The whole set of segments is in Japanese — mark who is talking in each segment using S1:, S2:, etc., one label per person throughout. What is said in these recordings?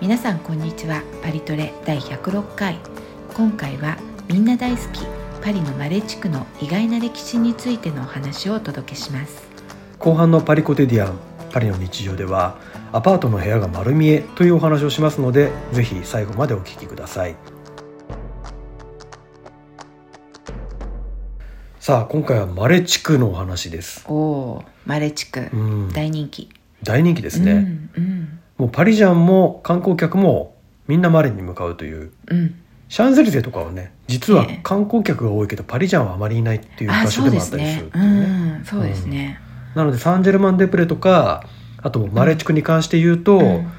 S1: 皆さんこんにちはパリトレ第106回今回はみんな大好きパリのマレ地区の意外な歴史についてのお話をお届けします
S2: 後半のパリコテディアンパリの日常ではアパートの部屋が丸見えというお話をしますのでぜひ最後までお聞きくださいさあ今回はマレ地区のお話です
S1: おおーマレ地区、
S2: うん
S1: 大人気
S2: 大人気ですね、
S1: うん
S2: もうパリジャンも観光客もみんなマレに向かうという
S1: うんうん
S2: シャンゼリゼとかはね実は
S1: ええ
S2: 観光客が多いけどパリジャンはあまりいないっていう
S1: あ
S2: 場
S1: そ
S2: 所
S1: う
S2: で
S1: で
S2: もあっ
S1: す
S2: たりす
S1: ね
S2: るって
S1: う
S2: いうん
S1: そうですね、
S2: なのでサンジェルマン・デプレとかあとマレ地区に関して言うと、
S1: うん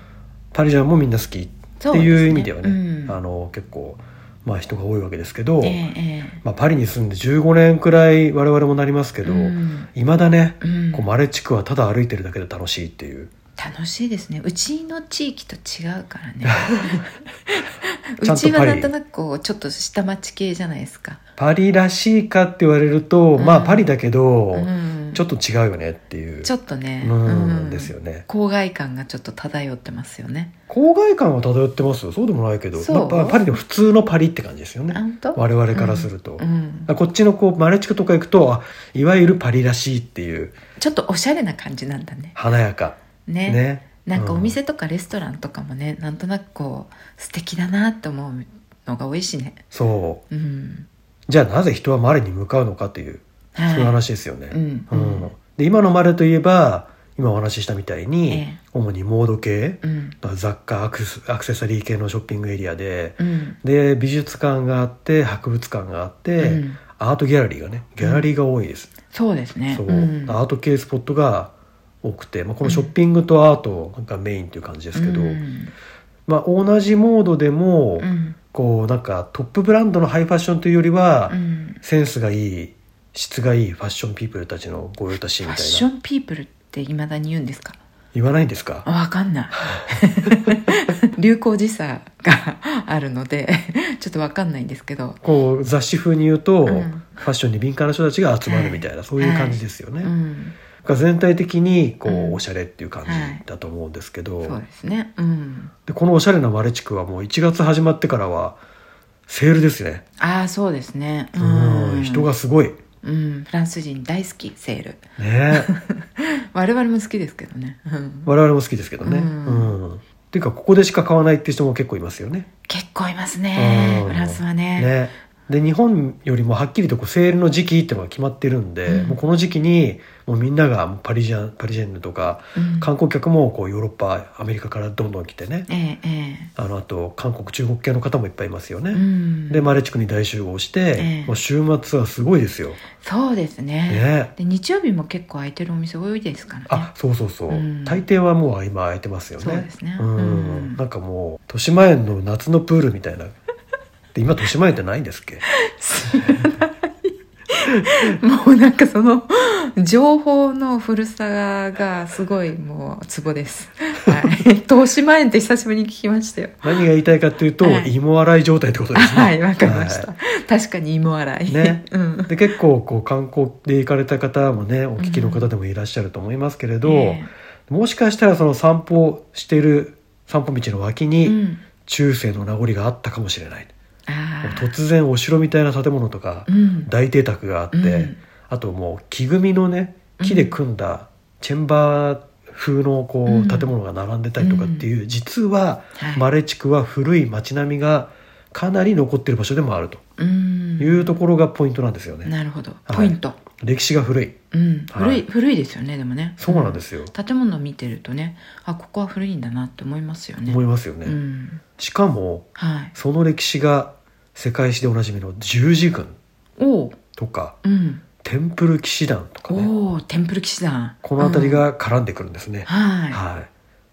S2: パリジャンもみんな好きって
S1: そですね
S2: いう意味ではね
S1: うん
S2: あの結構、まあ、人が多いわけですけど、
S1: ええええ
S2: まあ、パリに住んで15年くらい我々もなりますけど
S1: うん
S2: いま、未だね
S1: うん
S2: こうマレ地区はただ歩いてるだけで楽しいっていう
S1: 楽しいですねうちの地域と違うから ね うん
S2: ちゃとパリ
S1: ちはなんとなくこうちょっと下町系じゃないですか、
S2: パリらしいかって言われると、まあ
S1: うん
S2: パリだけど、
S1: うん、
S2: ちょっと違うよねっていう
S1: ちょっとね、
S2: うんですよね
S1: 郊外感がちょっと漂ってますよね
S2: 郊外感は漂ってますよそうでもないけど、
S1: そう
S2: まあパリの普通のパリって感じですよ
S1: あ
S2: ね
S1: 本当
S2: 我々からする
S1: う
S2: と、
S1: んうん
S2: こっちのこうマレ地区とか行くとあいわゆるパリらしいっていう
S1: ちょっとおしゃれな感じなんだね
S2: 華やか
S1: ね
S2: ね
S1: なんかお店とかレストランとかもねなんとなくこう素敵だなって思うのが多いしね
S2: そう
S1: うん
S2: じゃあなぜ人はマレに向かうのかという、
S1: はい
S2: そういう話ですよね、
S1: うん
S2: うんで今のマレといえば今お話ししたみたいに、
S1: ええ
S2: 主にモード系
S1: うん
S2: 雑貨アクセアクセサリー系のショッピングエリアで、
S1: うん
S2: で美術館があって博物館があって、
S1: うん
S2: アートギャラリーがねギャラリーが多いです、
S1: そうですね
S2: そう、
S1: ん
S2: アート系スポットが多くて、まあ、このショッピングとアートがメインという感じですけど、
S1: うん
S2: まあ、同じモードでも、
S1: うん
S2: こうなんかトップブランドのハイファッションというよりは、
S1: うん
S2: センスがいい質がいいファッションピープルたちの御用達
S1: フ
S2: み
S1: ァッ
S2: た
S1: シ
S2: い
S1: ョ
S2: な
S1: ンピープルっていまだに言うんですか
S2: 言わないんですか
S1: わかんない 流行時差があるのでちょっとわかんないんですけど、
S2: こう雑誌風に言うと、
S1: うん
S2: ファッションに敏感な人たちが集まるみたいな、
S1: はい
S2: そういう感じですよね、
S1: うん、
S2: が全体的にこう、
S1: うん
S2: おしゃれっていう感じだと思うんですけど、
S1: そうですねうん
S2: でこのおしゃれなマレ地区はもう1月始まってからはセールですね、
S1: ああそうですね
S2: うん
S1: うん
S2: 人がすごい
S1: うんフランス人大好きセール
S2: ね
S1: 我々も好きですけどね、うん、
S2: 我々も好きですけどね、
S1: う
S2: うんんっていうかここでしか買わないって人も結構いますよね
S1: 結構いますね
S2: うん
S1: フランスはね
S2: ね、で日本よりもはっきりとこうセールの時期ってのが決まってるんで、
S1: うん
S2: もうこの時期にもうみんながもうパリジャンパリジェンヌとか
S1: うん
S2: 観光客もこうヨーロッパアメリカからどんどん来てね
S1: えええ
S2: あのあと韓国中国系の方もいっぱいいますよ
S1: えう
S2: ね、
S1: ん
S2: でマレ地区に大集合して、
S1: ええ
S2: もう週末はすごいですよ、
S1: そうですね
S2: ね、
S1: で日曜日も結構空いてるお店多いですからね
S2: あそうそうそう、
S1: うん
S2: 大抵はもう今空いてますよね
S1: そうですね
S2: うん
S1: うん
S2: なんかもう豊島園の夏のプールみたいなで今豊島園ってないんですっけ
S1: もうなんかその情報の古さがすごいもうツボです。はい。 投資前って久しぶりに聞きましたよ。
S2: 何が言いたいかというと、
S1: はい
S2: 芋洗い状態ってことですね。
S1: はい、わかりました。
S2: は
S1: 確かに芋洗い。
S2: ね
S1: うん
S2: い。で結構こう観光で行かれた方もねお聞きの方でもいらっしゃると思いますけれど、
S1: え
S2: もしかしたらその散歩してる散歩道の脇
S1: えう
S2: に
S1: ん。
S2: 中世の名残があったかもしれない、
S1: ああ。
S2: 突然お城みたいな建物とか、
S1: うん。
S2: 大邸宅があって、
S1: うん
S2: あともう木組みのね木で組んだチェンバー風のこ
S1: うん
S2: う建物が並んでたりとかっていう、実は
S1: はい
S2: マレ地区は古い町並みがかなり残ってる場所でもあると
S1: うん。
S2: いうところがポイントなんですよね、
S1: なるほど。
S2: い
S1: ポイント。
S2: 歴史が古い
S1: うん。古
S2: はい
S1: い、古いですよね、でもね。。
S2: そうなんですすよ、
S1: 建物を見てるとね、あ、ここは古いんだなって思いますよね。
S2: 思いますよね、
S1: うん。
S2: しかも
S1: はい。
S2: その歴史が世界史でおなじみの十字軍
S1: おう。
S2: とか
S1: うん。
S2: テンプル騎士団とかね
S1: おお、テンプル騎士団。
S2: この辺り
S1: うん。
S2: が絡んでくるんですね、
S1: はい。
S2: はい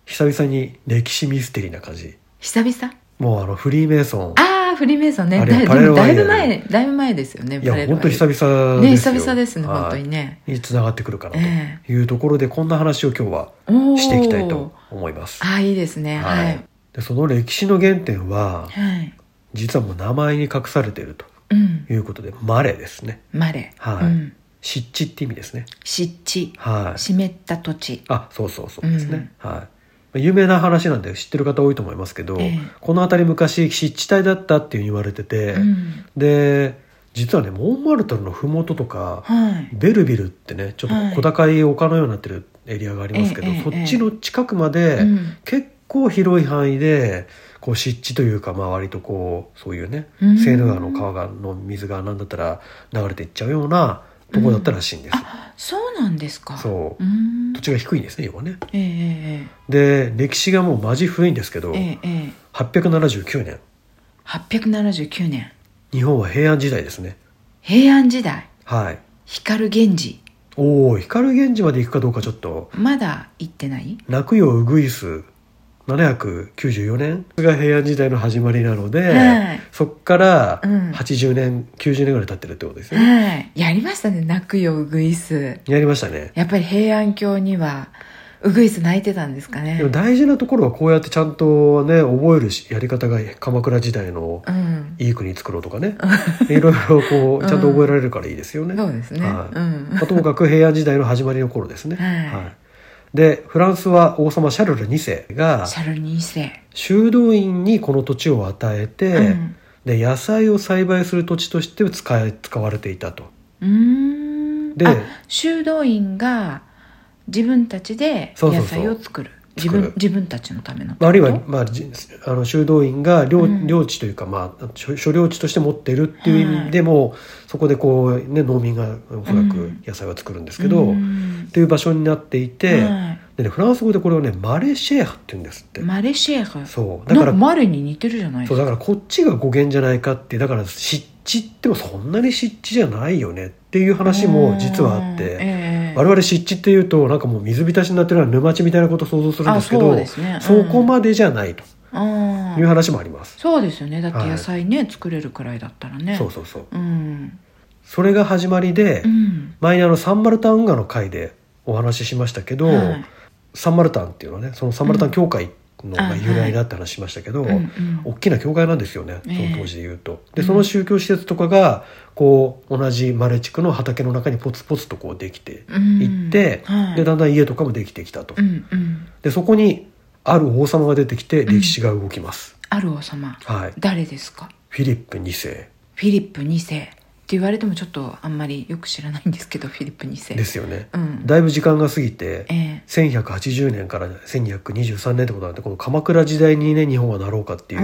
S2: 久々に歴史ミステリーな感じ
S1: 久々
S2: もうあのフリーメイソン
S1: ああフリーメイソンね
S2: あれ
S1: だい
S2: パレ
S1: で
S2: ル
S1: も
S2: ワ
S1: だ
S2: イ
S1: いぶ
S2: ヤル
S1: 前だいぶ前ですよね
S2: い
S1: パレ
S2: や
S1: ルワ
S2: 本当
S1: イヤ
S2: 久
S1: ル
S2: 々
S1: ね
S2: ですよ
S1: 久々ですね
S2: はい
S1: 本当にね
S2: に繋がってくるかな
S1: え
S2: というところでこんな話を今日は
S1: おー
S2: していきたいと思います
S1: ああいいですねは
S2: はいいでその歴史の原点は
S1: はい
S2: 実はもう名前に隠されていると
S1: うん
S2: いうことでマレですね
S1: マレ
S2: はい
S1: うん
S2: 湿地って意味ですね
S1: 湿地
S2: はい
S1: 湿った土地
S2: あそうそうそうですね、はいまあ有名な話なんで知ってる方多いと思いますけど、
S1: ええ
S2: この辺り昔湿地帯だったっていう言われてて、
S1: うん
S2: で実はねモンマルトルの麓とか、
S1: はい
S2: ベルビルってねちょっと小高い丘のようになってるエリアがありますけど、
S1: ええええ
S2: そっちの近くまで、
S1: うん
S2: 結構広い範囲でこう湿地というか、まあ、割とこうそういうね
S1: うん
S2: セーヌ川の川がの水がなんだったら流れていっちゃうようなとこだったらしいんです、
S1: そうなんですか
S2: そう
S1: ーん
S2: 土地が低いんですね要はね
S1: ええ
S2: で歴史がもうマジ古いんですけど、
S1: ええええええ
S2: 879年
S1: 879年
S2: 日本は平安時代ですね
S1: 平安時代
S2: はい
S1: 光源氏
S2: おお光源氏まで行くかどうかちょっと
S1: まだ行ってない
S2: 泣くよウグイス794年が平安時代の始まりなので、
S1: はい
S2: そっから
S1: うん
S2: 80年、90年ぐらい経ってるってことですよね、
S1: はいやりましたね泣くよウグイス
S2: やりましたね
S1: やっぱり平安京にはウグイス泣いてたんですかね
S2: でも大事なところはこうやってちゃんとね覚えるしやり方が鎌倉時代の
S1: うん
S2: いい国作ろうとかねいろいろこうちゃんと覚えられるからいいですよね、
S1: そうですね、
S2: はい
S1: うん
S2: まあともかく平安時代の始まりの頃ですね、
S1: はい
S2: いでフランスは王様シャルル2世が
S1: シャルル二世
S2: 修道院にこの土地を与えて、
S1: うん
S2: で野菜を栽培する土地として使え使われていたと
S1: うーん
S2: で
S1: あ修道院が自分たちで
S2: そうそ
S1: 野
S2: うそう
S1: 菜を作る自
S2: 作る
S1: 分自分たちのための
S2: まああるいは
S1: ってこ、
S2: まあ、じあの修道院が領,、
S1: うん
S2: 領地というか、まあ、所所領地として持ってるっていう意味でも、そこでこう、ね、農民がおそらく野菜を作るんです
S1: と
S2: けど、
S1: う
S2: っ
S1: ん
S2: ていう場所になっていて、
S1: は
S2: でねフランス語でこれをねマレシェーハって言うんですって、
S1: いマレシェーフ
S2: そうだ
S1: なんか
S2: か
S1: らマレに似てるじゃないです
S2: そう
S1: か
S2: だからこっちが語源じゃないかってだから湿地ってもそんなに湿地じゃないよねっていう話も実はあって。
S1: うんええ
S2: 我々湿地っていうとなんかもう水浸しになってるような沼地みたいなことを想像するんですけ
S1: あ
S2: ど
S1: そうですね
S2: そこ
S1: で、
S2: までじゃないと
S1: うん
S2: いう話もあります、
S1: そうですよねだって野菜ね、作れるくらいだったらね
S2: そうそうそう
S1: うん
S2: それが始まりで、
S1: うん
S2: 前にあのサンマルタン運河の回でお話ししましたけど、
S1: はい
S2: サンマルタンっていうのはねそのサンマルタン教会のまあ
S1: うん
S2: 由来だって話しましたけど、
S1: うんうん
S2: 大きな教会なんですよねそ
S1: ええ
S2: の当時で言うと、
S1: う
S2: で
S1: ん
S2: その宗教施設とかがこう同じマレ地区の畑の中にポツポツとこうできて、
S1: うん
S2: 行って
S1: はい
S2: でだんだん家とかもできてきたと、
S1: うんうん
S2: でそこにある王様が出てきて歴史が動きます、
S1: ある王様
S2: はい
S1: 誰ですか
S2: フィリップ2世
S1: フィリップ2世って言われてもちょっとあんまりよく知らないんですけどフィリップ2世
S2: ですよね、
S1: うん
S2: だいぶ時間が過ぎて、
S1: ええ
S2: 1180年から1223年ってことなんでこの鎌倉時代にね日本はなろうかっていう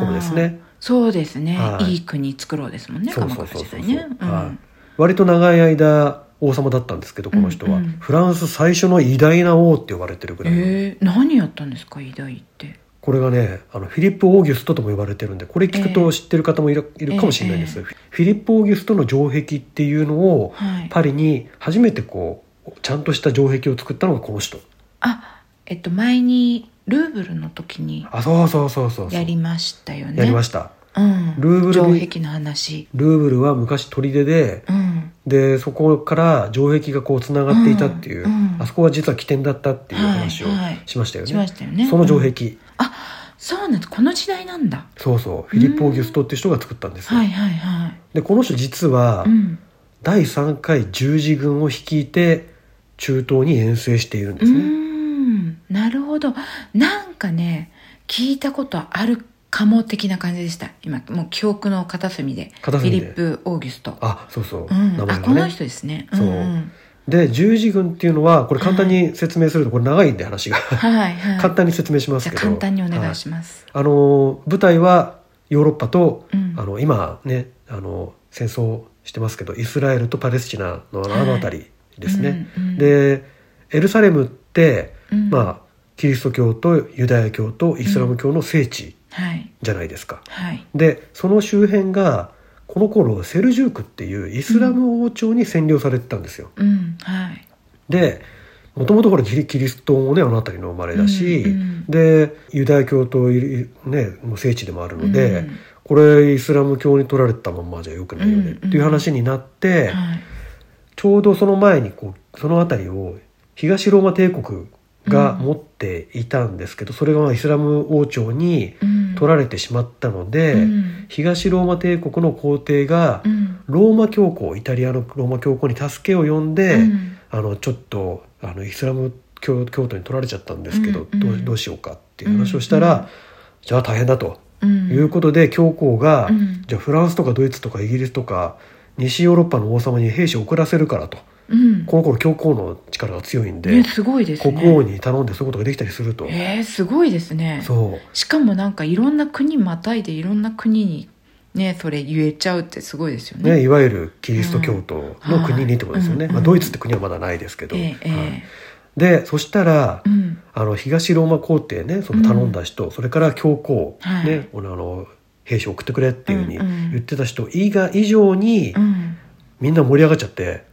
S2: 頃ですね
S1: あーそうですね、
S2: はい
S1: い、い国作ろうですもんね
S2: そう
S1: 鎌
S2: そう
S1: 倉
S2: そ
S1: 時
S2: うそう
S1: 代ねうん
S2: はい割と長い間王様だったんですけどこの人は、
S1: うんうん
S2: フランス最初の偉大な王って呼ばれてるぐらいの、
S1: えー何やったんですか偉大って
S2: これがねあのフィリップ・オーギュストとも呼ばれてるんでこれ聞く
S1: え
S2: と
S1: え
S2: 知ってる方もいる,、いるかもしれないです、
S1: ええ
S2: フィリップ・オーギュストの城壁っていうのを、
S1: はい
S2: パリに初めてこうちゃんとした城壁を作ったのがこの人
S1: あえっと前にルーブルの時に
S2: あそうそうそうそうそう
S1: やりましたよね
S2: やりま
S1: し
S2: した
S1: た、うん、
S2: ルーブルに
S1: 城壁の話
S2: ルーブルは昔砦で
S1: うん
S2: でそこから城壁がこうつながっていたっていう、
S1: うんうん
S2: あそこは実は起点だったっていう話を
S1: はいはい
S2: しましたよね,、
S1: しましたよね
S2: その城
S1: うん
S2: 壁、
S1: あそうなんですこの時代なんだ
S2: そうそうフィリップ・オーギュストっていう人が作ったんですよ、
S1: はいはいはい
S2: でこの人実は、
S1: うん
S2: 第3回十字軍を率いて中東に遠征しているんで
S1: う
S2: す
S1: ー
S2: ね。
S1: んなるほどなんかね聞いたことあるかも的な感じでした今もう記憶の片隅で
S2: 片隅で
S1: フィリップ・オーギュスト
S2: あそうそ
S1: う
S2: う、
S1: ん
S2: 名
S1: あ
S2: 前
S1: こ
S2: が
S1: の
S2: ね
S1: 人。ですね
S2: そうん
S1: ん
S2: で十字軍っていうのはこれ簡単に説明するとこれ長いんで話が
S1: はいはい
S2: 簡単に説明します
S1: じゃ
S2: け
S1: あ
S2: ど
S1: 簡単にお願い
S2: ま
S1: します、
S2: す。はいあのー舞台はヨーロッパと、
S1: うん
S2: あの今ねあの戦争してますけどイスラエルとパレスチナのあの辺りですね。
S1: うんうん
S2: でエルサレムって、
S1: うん
S2: まあキリスト教とユダヤ教とイスラム教の聖地
S1: はい
S2: じゃないですか。
S1: はい
S2: でその周辺がこの頃セルジュークっていうイスラム王朝に占領されてたんですよ、
S1: うんはい
S2: でもともとこれキリキリストもねあの辺りの生まれだし、
S1: うんうん
S2: でユダヤ教といねの聖地でもあるので、
S1: うん
S2: これイスラム教に取られたまんまじゃよくないよねっていう話になって、
S1: はい
S2: ちょうどその前にこうその辺りを東ローマ帝国が持っていたんですけど、それがまあイスラム王朝に
S1: うん
S2: 取られてしまったので、
S1: うん
S2: 東ローマ帝国の皇帝が
S1: うん
S2: ローマ教皇イタリアのローマ教皇に助けを呼んで、
S1: うん
S2: あのちょっとあのイスラム京京都に取られちゃったんですけど、
S1: うんうん
S2: どうどうしようかっていう話をしたら、
S1: うんう
S2: じゃあ大変だと
S1: うん
S2: いうことで教皇が、
S1: うん
S2: じゃあフランスとかドイツとかイギリスとか西ヨーロッパの王様に兵士を送らせるからと
S1: うん
S2: この頃教皇の力が強いんで、
S1: ねすごいですね
S2: 国王に頼んでそういうことができたりすると、
S1: えー、すごいですね
S2: そう
S1: しかもなんかいろんな国またいでいろんな国にねそれ言えちゃうってすごいですよね
S2: ね、いわゆるキリスト教徒の国にってことですよね、
S1: うんはい
S2: まあ、
S1: うん
S2: ドイツって国はまだないですけど、
S1: えええ
S2: はい
S1: え
S2: でそしたら
S1: うん
S2: あの東ローマ皇帝ねその頼んだ人、それから教皇、
S1: はい
S2: ね、あの兵士送ってくれっていうふうに
S1: うんうん
S2: 言ってた人以外以上に
S1: うん
S2: みんな盛り上がっちゃって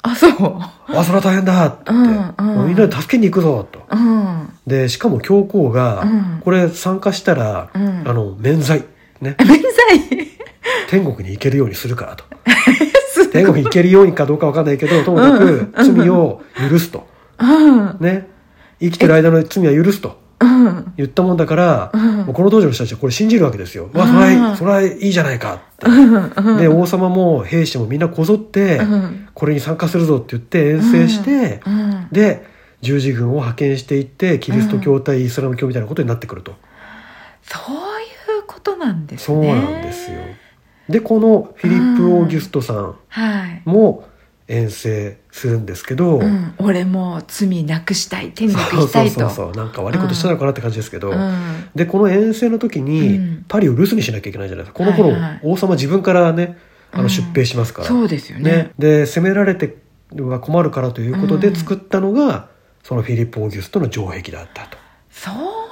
S1: あそう
S2: 「あそれは大変だ!」って
S1: うんう
S2: 「
S1: ん
S2: もうみんなで助けに行くぞ!」と。
S1: うん
S2: でしかも教皇が
S1: うん
S2: これ参加したら、
S1: うん
S2: あの免罪、ね、
S1: 免罪
S2: 天国に行けるようにするからと
S1: す
S2: 天国に行けるようにかどうかわかんないけどともかく罪を許す
S1: う
S2: と、
S1: ん
S2: ね、生きてる間の罪は許すと
S1: うん
S2: 言ったもんだから、
S1: うん
S2: もうこの当時の人たちはこれ信じるわけですよ。
S1: う
S2: わ
S1: ん
S2: それはいそれはいいじゃないかって。
S1: うん
S2: で王様も兵士もみんなこぞって
S1: うん
S2: これに参加するぞって言って遠征して、
S1: うん
S2: で十字軍を派遣していってキリスト教対イスラム教みたいなことになってくると。
S1: そういうことなんです
S2: そう
S1: ね
S2: なんですよ。でこのフィリップ・オーギュストさん
S1: はい
S2: も遠征するんですけど、
S1: うん、俺もう罪なくしたい天国
S2: そ
S1: 行
S2: う
S1: きた
S2: そう
S1: い
S2: そ
S1: と
S2: うそうなんか悪いことしたのかなって感じですけど、
S1: うん
S2: でこの遠征の時に、
S1: うん
S2: パリを留守にしなきゃいけないじゃないですかこの頃、
S1: はいはい
S2: 王様自分からねあ
S1: う
S2: の
S1: ん
S2: 出兵しますから、
S1: そうですよね
S2: ねで攻められては困るからということ
S1: う
S2: で
S1: ん
S2: 作ったのが、そのフィリップ・オーギュストの城壁だったと、
S1: そ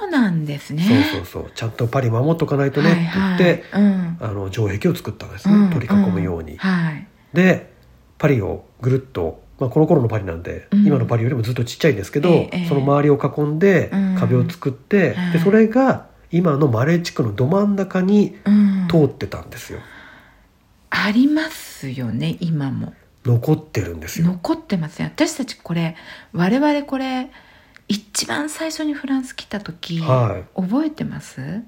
S1: うなんですね
S2: そうそうそうちゃんとパリ守っとかないとねって言って、
S1: はいはい
S2: あの城壁を作ったんです
S1: う
S2: ね、
S1: ん、
S2: 取り囲むように、
S1: んはい
S2: でパリをぐるっと、まあ、この頃のパリなんで、
S1: うん
S2: 今のパリよりもずっとちっちゃいんですけど、
S1: ええ
S2: その周りを囲んで
S1: うん
S2: 壁を作って、
S1: はい
S2: でそれが今のマレー地区のど真ん中に
S1: うん、
S2: 通ってたんですよ、
S1: ありますよね今も
S2: 残ってるんですよ、
S1: 残ってません私たちこれ我々これ一番最初にフランス来た時、
S2: は
S1: 覚えてます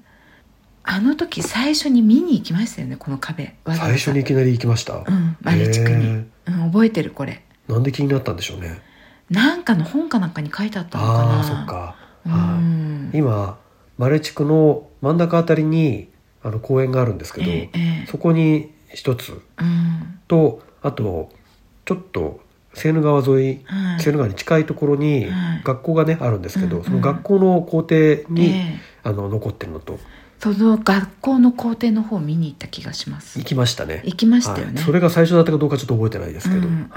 S1: あの時最初に見に行きましたよねこの壁わざわざ
S2: 最初にいきなり行きまし
S1: う
S2: た、
S1: んマレ地区
S2: へ
S1: に、うん、覚えてるこれ
S2: なんで気になったんでしょうね
S1: なんかの本かなんかに書いてあったのかな
S2: ああそっか、
S1: うん
S2: はい今マレー地区の真ん中あたりにあの公園があるんですけど、
S1: ええええ
S2: そこに一つ
S1: うん
S2: とあとちょっとセーヌ川沿い
S1: はい
S2: セーヌ川に近いところに
S1: はい
S2: 学校がねあるんですけ
S1: うんう
S2: ど
S1: ん
S2: その学校の校庭に
S1: ええ
S2: あの残ってるのと
S1: その学校の校庭の方見に行った気がします
S2: 行きましたね
S1: 行きましたよね、
S2: はいそれが最初だったかどうかちょっと覚えてないですけど
S1: うん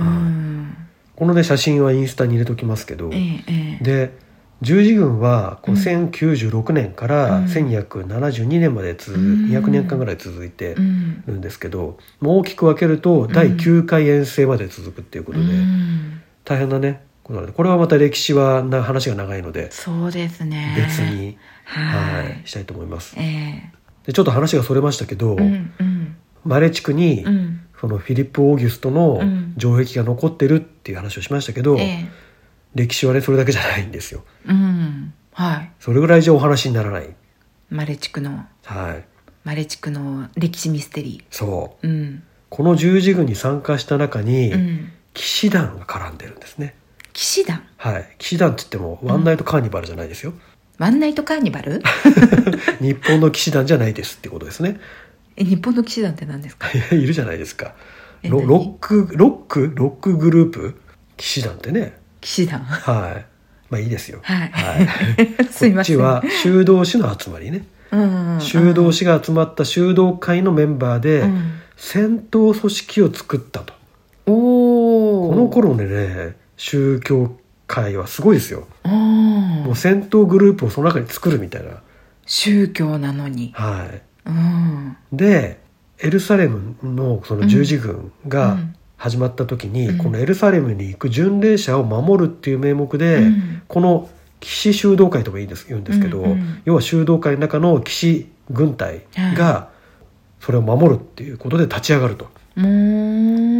S2: はいこのね写真はインスタに入れときますけど
S1: うんええええ
S2: で十字軍はこう
S1: うん
S2: 1096年か
S1: う
S2: ら
S1: ん
S2: 1272年まで続
S1: うん
S2: 200年間ぐらい続いて
S1: うん
S2: るんですけどもう大きく分けると第9回遠征まで続くっていうことで
S1: うん
S2: 大変なねことなのでこれはまた歴史はな話が長いので
S1: そうですね
S2: 別に、
S1: は、
S2: はいい、したいと思います
S1: え
S2: でちょっと話がそれましたけど、
S1: えうんうん
S2: マレー地区に、
S1: うん
S2: そのフィリップ・オーギュストの
S1: うん
S2: 城壁が残ってるっていう話をしましたけど、
S1: ええ
S2: 歴史はねそれだけじゃないんですよ
S1: うんはい
S2: それぐらいじゃお話にならない
S1: マレ地区の
S2: はい
S1: マレ地区の歴史ミステリ
S2: そう
S1: ーうん
S2: この十字軍に参加した中に、
S1: うん
S2: 騎士団が絡んでるんですね
S1: 騎士団
S2: はい騎士団って言ってもワンナイトカーニバルじゃな いですよ、
S1: ワンナイトカーニバル
S2: 日本の騎士団じゃないですってことですね
S1: え日本の騎士団って何ですか
S2: いるじゃないですか
S1: え
S2: ロ
S1: 何
S2: ロックロックロックグループ騎士団ってね
S1: 騎士団は
S2: はいまあいいですよ
S1: い、
S2: はい
S1: すいません
S2: こっちは修道士の集まりね
S1: うんうん、
S2: 修道士が集まった修道会のメンバーで
S1: うん
S2: 戦闘組織を作ったと
S1: おお
S2: この頃のね宗教界はすごいですよ
S1: うん
S2: もう戦闘グループをその中に作るみたいな
S1: 宗教なのに
S2: は
S1: う
S2: い
S1: ん
S2: でエルサレムのその十字軍
S1: う
S2: が
S1: ん
S2: 始まった時に、
S1: うん
S2: このエルサレムに行く巡礼者を守るっていう名目で、
S1: うん
S2: この騎士修道会とも言うんです言うんですけど、
S1: うんうん
S2: 要は修道会の中の騎士軍隊がそれを守るっていうことで立ち上がると。
S1: うー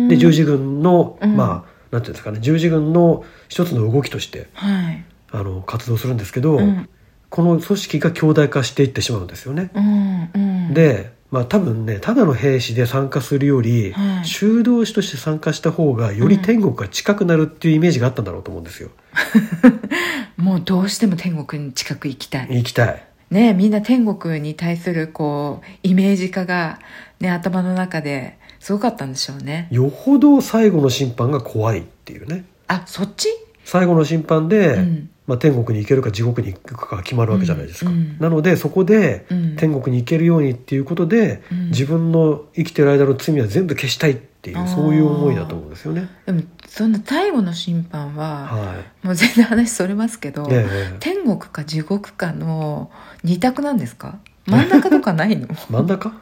S1: ん
S2: で十字軍の、
S1: うん
S2: まあなんていうんですかね十字軍の一つの動きとして
S1: はい
S2: あの活動するんですけど、
S1: うん
S2: この組織が強大化していってしまうんですよね。
S1: うんうん、
S2: で、まあ、多分ねただの兵士で参加するより、
S1: はい
S2: 修道士として参加した方がより天国が近くなるっていうイメージがあったんだろうと思うんですよ。
S1: もうどうしても天国に近く行きたい。
S2: 行きたい
S1: ねみんな天国に対するこう、イメージ化がね、頭の中ですごかったんでしょうね。
S2: よほど最後の審判が怖いっていうね
S1: あ、そっち
S2: 最後の審判で、
S1: うん
S2: まあ、天国に行けるか地獄に行くかが決まるわけじゃないですか、
S1: うんうん
S2: なのでそこで
S1: うん
S2: 天国に行けるようにっていうことで、
S1: うん
S2: 自分の生きてる間の罪は全部消したいってい
S1: あー
S2: うそういう思いだと思うんですよね。
S1: でも、そんな最後の審判は、
S2: は
S1: もう全然話それますけど、
S2: い、ねえ
S1: 天国か地獄かの二択なんですか真ん中とかない の
S2: 真ん中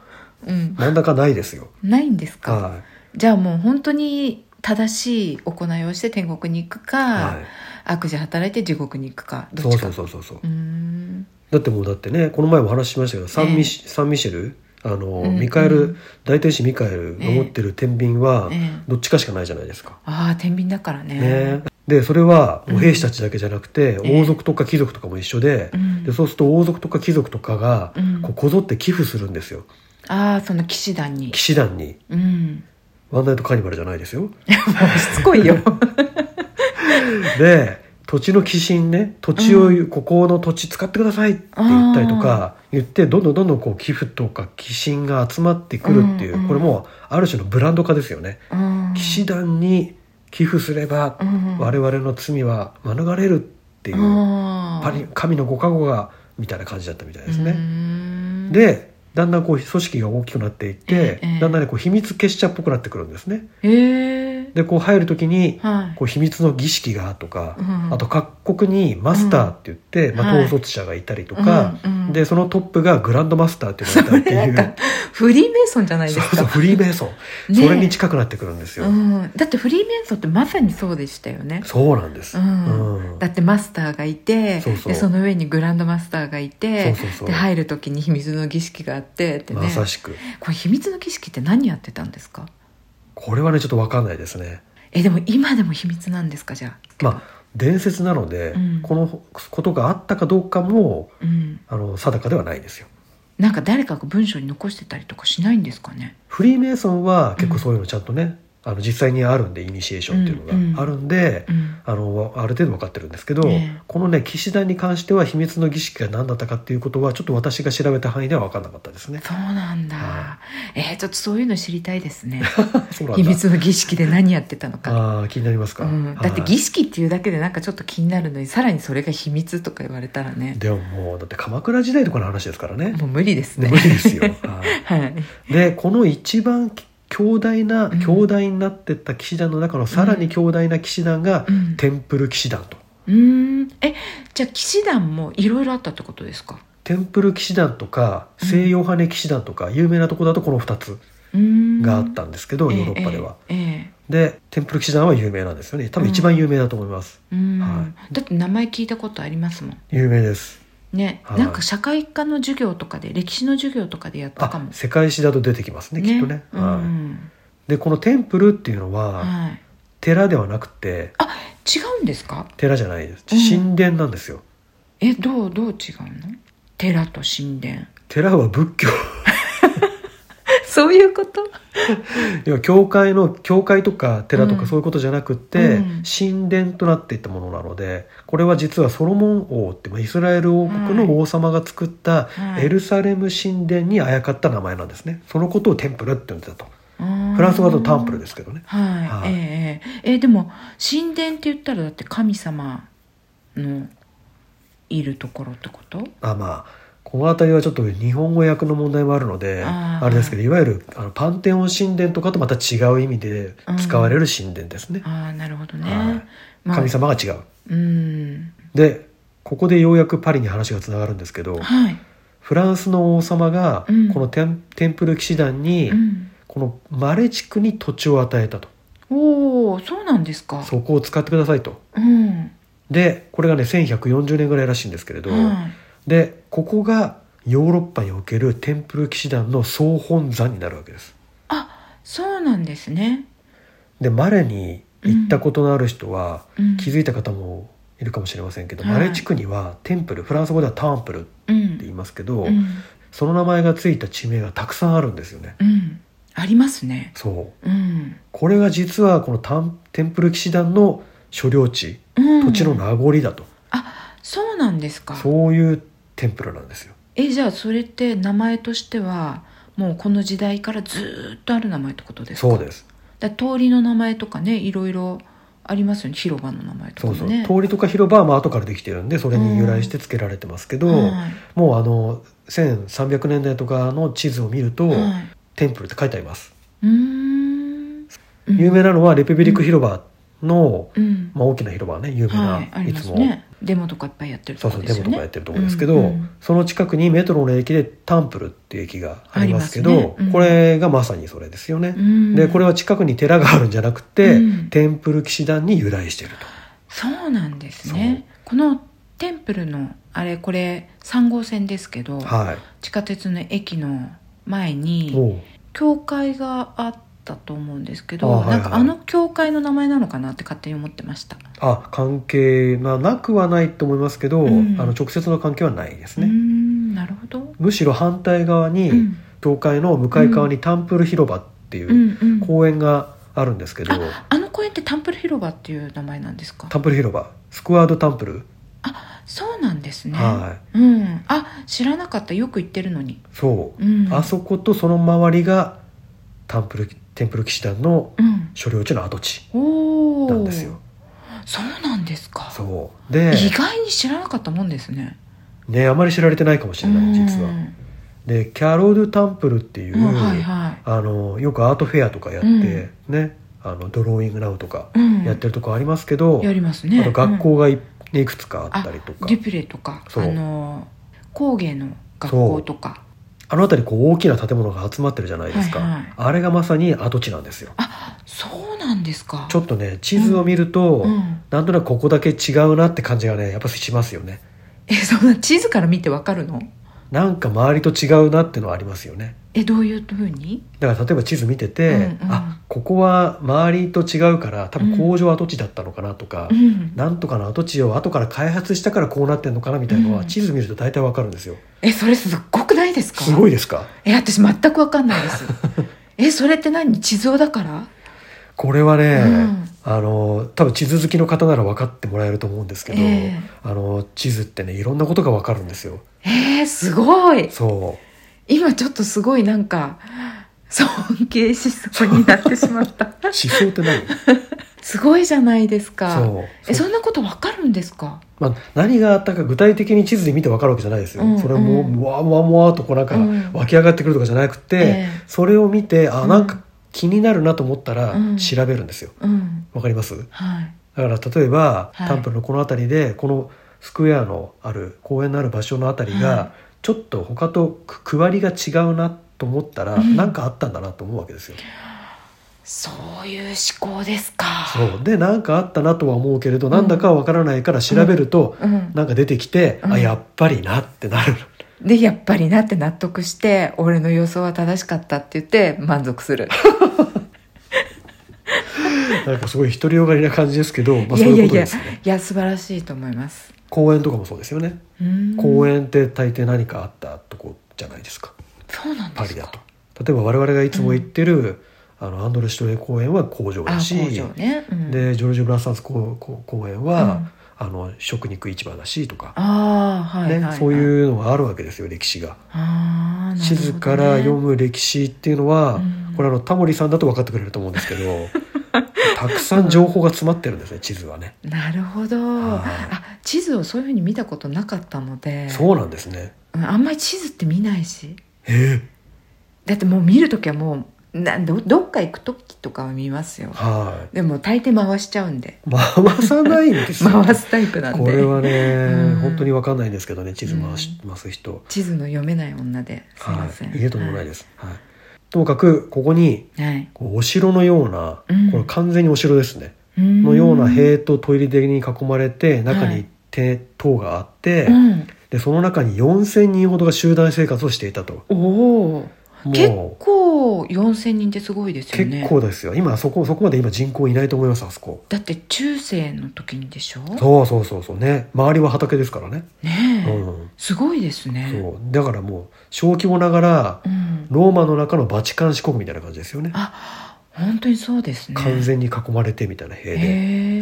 S1: うん。
S2: 真ん中ないですよ。
S1: ないんですか、
S2: は
S1: じゃあもう本当に正しい行いをして天国に行くか、
S2: い、は
S1: 悪事働いて地獄に行くか
S2: い、
S1: ど
S2: そ
S1: っ
S2: う
S1: ちか
S2: そうそうそうそう
S1: うーん
S2: だってもうだってねこの前も話しましたけどサンミシ,、サンミシェルあの、ミカエ
S1: うんう
S2: ル
S1: ん
S2: 大天使ミカエルが持ってる天秤は
S1: ええ
S2: どっちかしかないじゃないですか。
S1: ああ天秤だからね
S2: ね、でそれはもう兵士たちだけじゃなくて、
S1: うん
S2: 王族とか貴族とかも一緒で,、
S1: うん
S2: でそうすると王族とか貴族とかが
S1: うん
S2: こうこぞって寄付するんですよ
S1: ああその騎士団に
S2: 騎士団に
S1: うん
S2: ワンナイトカーニバルじゃないですよ
S1: しつこいよ
S2: で土地の寄進ね土地を、ここの土地使ってくださいって言ったりとか言ってどんどんどんどんこう寄付とか寄進が集まってくるっていう、
S1: うんうん
S2: これもうある種のブランド化ですよね、
S1: うん
S2: 騎士団に寄付すれば
S1: うん
S2: 我々の罪は免れるっていう、
S1: あー
S2: パリ神のご加護がみたいな感じだったみたいです
S1: うー
S2: ね。
S1: ん
S2: でだんだんこう組織が大きくなっていって、
S1: ええ
S2: だんだんねこう秘密結社っぽくなってくるんですね。
S1: ええ
S2: でこう入る時に
S1: はい
S2: こう秘密の儀式がとか、
S1: うん
S2: あと各国にマスターって言って、まあ、
S1: はい
S2: 統率者がいたりとか、
S1: うんうん
S2: でそのトップがグランドマスターって言われたりって い
S1: なんか
S2: う。
S1: フリーメイソンじゃないです
S2: そう
S1: か
S2: そうフリーメイソン、
S1: ね
S2: それに近くなってくるんですよ、
S1: うん、だってフリーメイソンってまさにそうでしたよね
S2: そうなんです、
S1: うん
S2: うん
S1: だってマスターがいて
S2: そうそう
S1: でその上にグランドマスターがいて
S2: そうそうそう
S1: で入る時に秘密の儀式があってってね、
S2: まさしく
S1: これ秘密の儀式って何やってたんですか
S2: これはねちょっと分かんないですね
S1: えでも今でも秘密なんですかじゃあ、
S2: まあ伝説なので、
S1: うん
S2: このことがあったかどうかも
S1: うん、
S2: あの定かではないですよ
S1: なんか誰かが文章に残してたりとかしないんですかね
S2: フリーメイソンは結構そういうのちゃんとね、あの実際にあるんでイニシエーションっていうのがあるんで、
S1: うん
S2: あのある程度分かってるんですけど、
S1: ええ
S2: このね騎士団に関しては秘密の儀式が何だったかっていうことはちょっと私が調べた範囲では分かんなかったですね。
S1: そうなんだ
S2: は
S1: えーちょっとそういうの知りたいですね
S2: そうなんだ
S1: 秘密の儀式で何やってたのか
S2: あー気になります
S1: う
S2: か、
S1: ん、だって
S2: はい
S1: 儀式っていうだけでなんかちょっと気になるのにさらにそれが秘密とか言われたらね
S2: でももうだって鎌倉時代とかの話ですからね、
S1: もう無理ですね
S2: 無理ですよ。はい
S1: はい。
S2: でこの一番強大な
S1: うん
S2: 強大になってった騎士団の中のさらに強大な騎士団が、
S1: うん
S2: テンプル騎士団と
S1: うーん。え、じゃあ騎士団もいろいろあったってことですか
S2: テンプル騎士団とか
S1: うん
S2: 西洋派ね騎士団とか、有名なとこだとこの2つ
S1: うーん
S2: があったんですけど、
S1: ええ
S2: ヨーロッパでは、
S1: えええ
S2: でテンプル騎士団は有名なんですよね多分一番有名だと思います、
S1: えうーん、
S2: は
S1: だって名前聞いたことありますもん。
S2: 有名です
S1: ね、
S2: はい
S1: なんか社会科の授業とかで、歴史の授業とかでやったか
S2: あ
S1: も。
S2: 世界史だと出てきますねきっとね、
S1: う
S2: はい
S1: ん。
S2: でこのテンプルっていうのは、
S1: はい。
S2: 寺ではなくて
S1: あ、違うんですか
S2: 寺じゃないです
S1: うん
S2: 神殿なんですよ、
S1: え、どう、どう違うの寺と神殿。
S2: 寺は仏教
S1: そういうこと
S2: 要は教会の教会とか寺と
S1: うん
S2: かそういうことじゃなくて、
S1: うん
S2: 神殿となっていったものなのでこれは実はソロモン王って、まあ、イスラエル王国の王様が作った
S1: はい
S2: エルサレム神殿にあやかった名前なんですねそのことをテンプルって呼んでたと
S1: フ
S2: フランス語だとタンプルですけどね
S1: はい、
S2: はい
S1: えええええでも神殿って言ったらだって神様のいるところってこと
S2: あまあこの辺りはちょっと日本語訳の問題もあるので
S1: あ
S2: あ
S1: ー
S2: れですけどいわゆるあのパンテオン神殿とかとまた違う意味で使われる神殿ですね、
S1: ああなるほどね、
S2: はい
S1: まあ
S2: 神様が違う
S1: うん
S2: でここでようやくパリに話がつながるんですけど、
S1: はい、
S2: フランスの王様が
S1: うん
S2: このテン,、テンプル騎士団に
S1: うん、
S2: このマレ地区に土地を与えたと
S1: おおそうなんですか
S2: そこを使ってくださいと
S1: うん
S2: でこれがね1140年ぐらいらしいんですけれど、
S1: はい
S2: でここがヨーロッパにおけるテンプル騎士団の総本山になるわけです
S1: あそうなんですね、
S2: でマレに行ったことのある人は
S1: うん、
S2: 気づいた方もいるかもしれませんけど、
S1: はい
S2: マレ地区にはテンプルフランス語ではターンプルって
S1: うん
S2: 言いますけど、
S1: うん
S2: その名前がついた地名がたくさんあるんですよね
S1: うん、ありますね
S2: そ
S1: う
S2: う
S1: ん
S2: これが実はこのタンテンプル騎士団の所領地
S1: うん
S2: 土地の名残だと、
S1: そうなんですか
S2: そういう天ぷらなんですよ
S1: えじゃあそれって名前としてはもうこの時代からずーっとある名前ってことですか
S2: そうです
S1: だから通りの名前とかねいろいろありますよね広場の名前と
S2: そう
S1: か
S2: そ
S1: も
S2: う、
S1: ね
S2: 通りとか広場はまあ後からできてるんでそれに由来して付けられてますけど、
S1: はい
S2: もうあの1300年代とかの地図を見ると、
S1: はい
S2: テンプルって書いてあります
S1: うーん
S2: 有名なのはレペビリク広場の、
S1: うん、
S2: まあ、大きな広場はね有名な、
S1: はいあり
S2: い
S1: ま
S2: つ
S1: す
S2: も、
S1: ねデモとかいっぱいやってる
S2: そ
S1: と
S2: う
S1: こ
S2: そう
S1: で
S2: デ
S1: す
S2: モ
S1: よ
S2: とかやっ
S1: ね
S2: てるところですけど、
S1: うんうん
S2: その近くにメトロの駅でタンプルって駅がありますけど
S1: ありますねうん
S2: これがまさにそれですよね、
S1: うん
S2: でこれは近くに寺があるんじゃなくて、
S1: うん
S2: テンプル騎士団に由来している
S1: そうなんですねこのテンプルのあれこれ3号線ですけど、
S2: とはい
S1: 地下鉄の駅の前に
S2: おう
S1: 教会があったと思うんですけど、
S2: あはいはい
S1: なんかあの教会の名前なのかなって勝手に思ってました、
S2: あ関係、まあ、なくはないと思いますけど、
S1: うん
S2: あの直接の関係はないです
S1: うー
S2: ね、
S1: んなるほど、
S2: むしろ反対側に、
S1: うん
S2: 教会の向かい側にタンプル広場って
S1: う
S2: いうん
S1: うん
S2: 公園があるんですけど、
S1: あの公園ってタンプル広場っていう名前なんですか
S2: タンプル広場スクワードタンプル、
S1: そうなんですね、
S2: は
S1: うん、あ知らなかったよく行ってるのに、
S2: いそう、
S1: うん、
S2: あそことその周りがタンプルテンプル騎士団の
S1: うん、
S2: 所領地の跡地
S1: おお
S2: なんですよ
S1: そうなんですか
S2: そうで
S1: 意外に知らなかったもんですね
S2: ねあまり知られてないかもしれない実は、
S1: うん
S2: でキャロル・タンプルっていう、
S1: うんはいは
S2: あのよくアートフェアとかやって、
S1: うん
S2: ねあのドローイングナウとか
S1: い、うん、
S2: やってるとこありますけど、
S1: やりますね
S2: あと学校がい,、いくつかあったりと
S1: うん
S2: か
S1: デュプレとかあ
S2: そう
S1: の工芸の学校とか
S2: あの辺りこう大きな建物が集まってるじゃないですか、
S1: はいはい
S2: あれがまさに跡地なんですよ
S1: そうなんですか
S2: ちょっとね地図を見ると、
S1: うん、
S2: なんとなくここだけ違うなって感じがねやっぱしますよね
S1: えそんな地図から見てわかるの
S2: なんか周りと違うなってのはありますよね
S1: えどういうふうに
S2: だから例えば地図見てて、
S1: うんうん
S2: あここは周りと違うから多分工場跡地だったのかなとか、
S1: うん
S2: なんとかの跡地を後から開発したからこうなってんのかなみたいのは、
S1: うん
S2: 地図見ると大体わかるんですよ
S1: えそれすっごくないですか
S2: すごいですか
S1: え私全くわかんない ですえそれって何地蔵だから
S2: これはね、
S1: うん
S2: あの多分地図好きの方なら分かってもらえると思うんですけど、
S1: ええ
S2: あの地図ってねいろんなことが分かるんですよ
S1: えー、すごい
S2: そ
S1: 今ちょっとすごいなんか尊敬しそうになってしまった
S2: う思想って何
S1: すごいじゃないですか
S2: そう
S1: え
S2: そ
S1: そ
S2: う
S1: んなことわかるんですか
S2: まあ、何があったか具体的に地図で見て分かるわけじゃないですよ、
S1: うん
S2: それも
S1: うん
S2: もわもわもわっとこうなんか
S1: うん
S2: 湧き上がってくるとかじゃなくて、
S1: ええ
S2: それを見てあ
S1: うん
S2: なんか気になるなと思ったら
S1: うん
S2: 調べるんですよ
S1: うん
S2: わかります
S1: はい
S2: だから例えば、
S1: はい
S2: タンプルのこの辺りでこのスクエアのある公園のある場所の辺りが、
S1: はい
S2: ちょっと他とく区割りが違うなと思ったら、
S1: うん
S2: なんかあったんだなと思うわけですよ。
S1: そういう思考ですか
S2: そうでなんかあったなとは思うけれど、なんだかわからないから調べると、
S1: うん、
S2: なんか出てきて、
S1: うん
S2: あやっぱりなってなる。
S1: でやっぱりなって納得して俺の予想は正しかったって言って満足する
S2: なんかすごい独りよがりな感じですけど、まあ、
S1: い
S2: そ
S1: や
S2: う
S1: い
S2: い
S1: や
S2: うこ
S1: い
S2: と
S1: や
S2: ですね。
S1: いや素晴らしいと思います
S2: 公園とかもそうですよね。
S1: 園
S2: 公園って大抵何かあったとこじゃないですか。
S1: そうなんで
S2: パ
S1: す
S2: リだ
S1: か
S2: と。例えば我々がいつも行ってる、あのアンドレ・シュトレー公園は工場
S1: あ
S2: だし、
S1: 工場ね、うん、
S2: でジョルジュ・ブランサンス公公公園は、あの食肉市場だしとか、
S1: ああはいはい、
S2: ね
S1: はい
S2: そういうのがあるわけですよ歴史が。
S1: あーなるほどね
S2: 地図から読む歴史っていうのは、
S1: うん
S2: これあのタモリさんだと分かってくれると思うんです けどたくさん情報が詰まってるんですね地図はね。
S1: なるほど
S2: はい
S1: あ地図をそういうふうに見たことなかったので
S2: そうなんですね。
S1: うんあんまり地図って見ないし
S2: え
S1: だってもう見る時はもうなどどっか行く時とかは見ますよ
S2: ー、はい。
S1: でも大抵回しちゃうんで
S2: 回さないんですよ。
S1: 回すタイプなんで
S2: これはね、
S1: うん
S2: 本当に分かんないんですけどね地図回します人。
S1: 地図の読めない女ですい
S2: は
S1: ません、
S2: い、家とんでもないです、はいともかくここに
S1: はい、はい
S2: こうお城のような、
S1: うん
S2: これ完全にお城ですね、
S1: うん
S2: のような塀とトイレに囲まれて中
S1: は
S2: に
S1: い
S2: 手塔があって、
S1: うん
S2: でその中に4,000人ほどが集団生活をしていたと
S1: おお結
S2: もう
S1: 構4000人ってすごいですよね
S2: 結構ですよ今そこそこまで今人口いないと思いますあそこ
S1: だって中世の時にでしょ
S2: そうそうそうそうね周りは畑ですからね、
S1: ねえ、
S2: うん
S1: すごいですね
S2: そうだからもう小規模ながら
S1: う、ん、
S2: ローマの中のバチカン四国みたいな感じですよね
S1: あ本当にそうですね
S2: 完全に囲まれてみたいな塀で、
S1: へ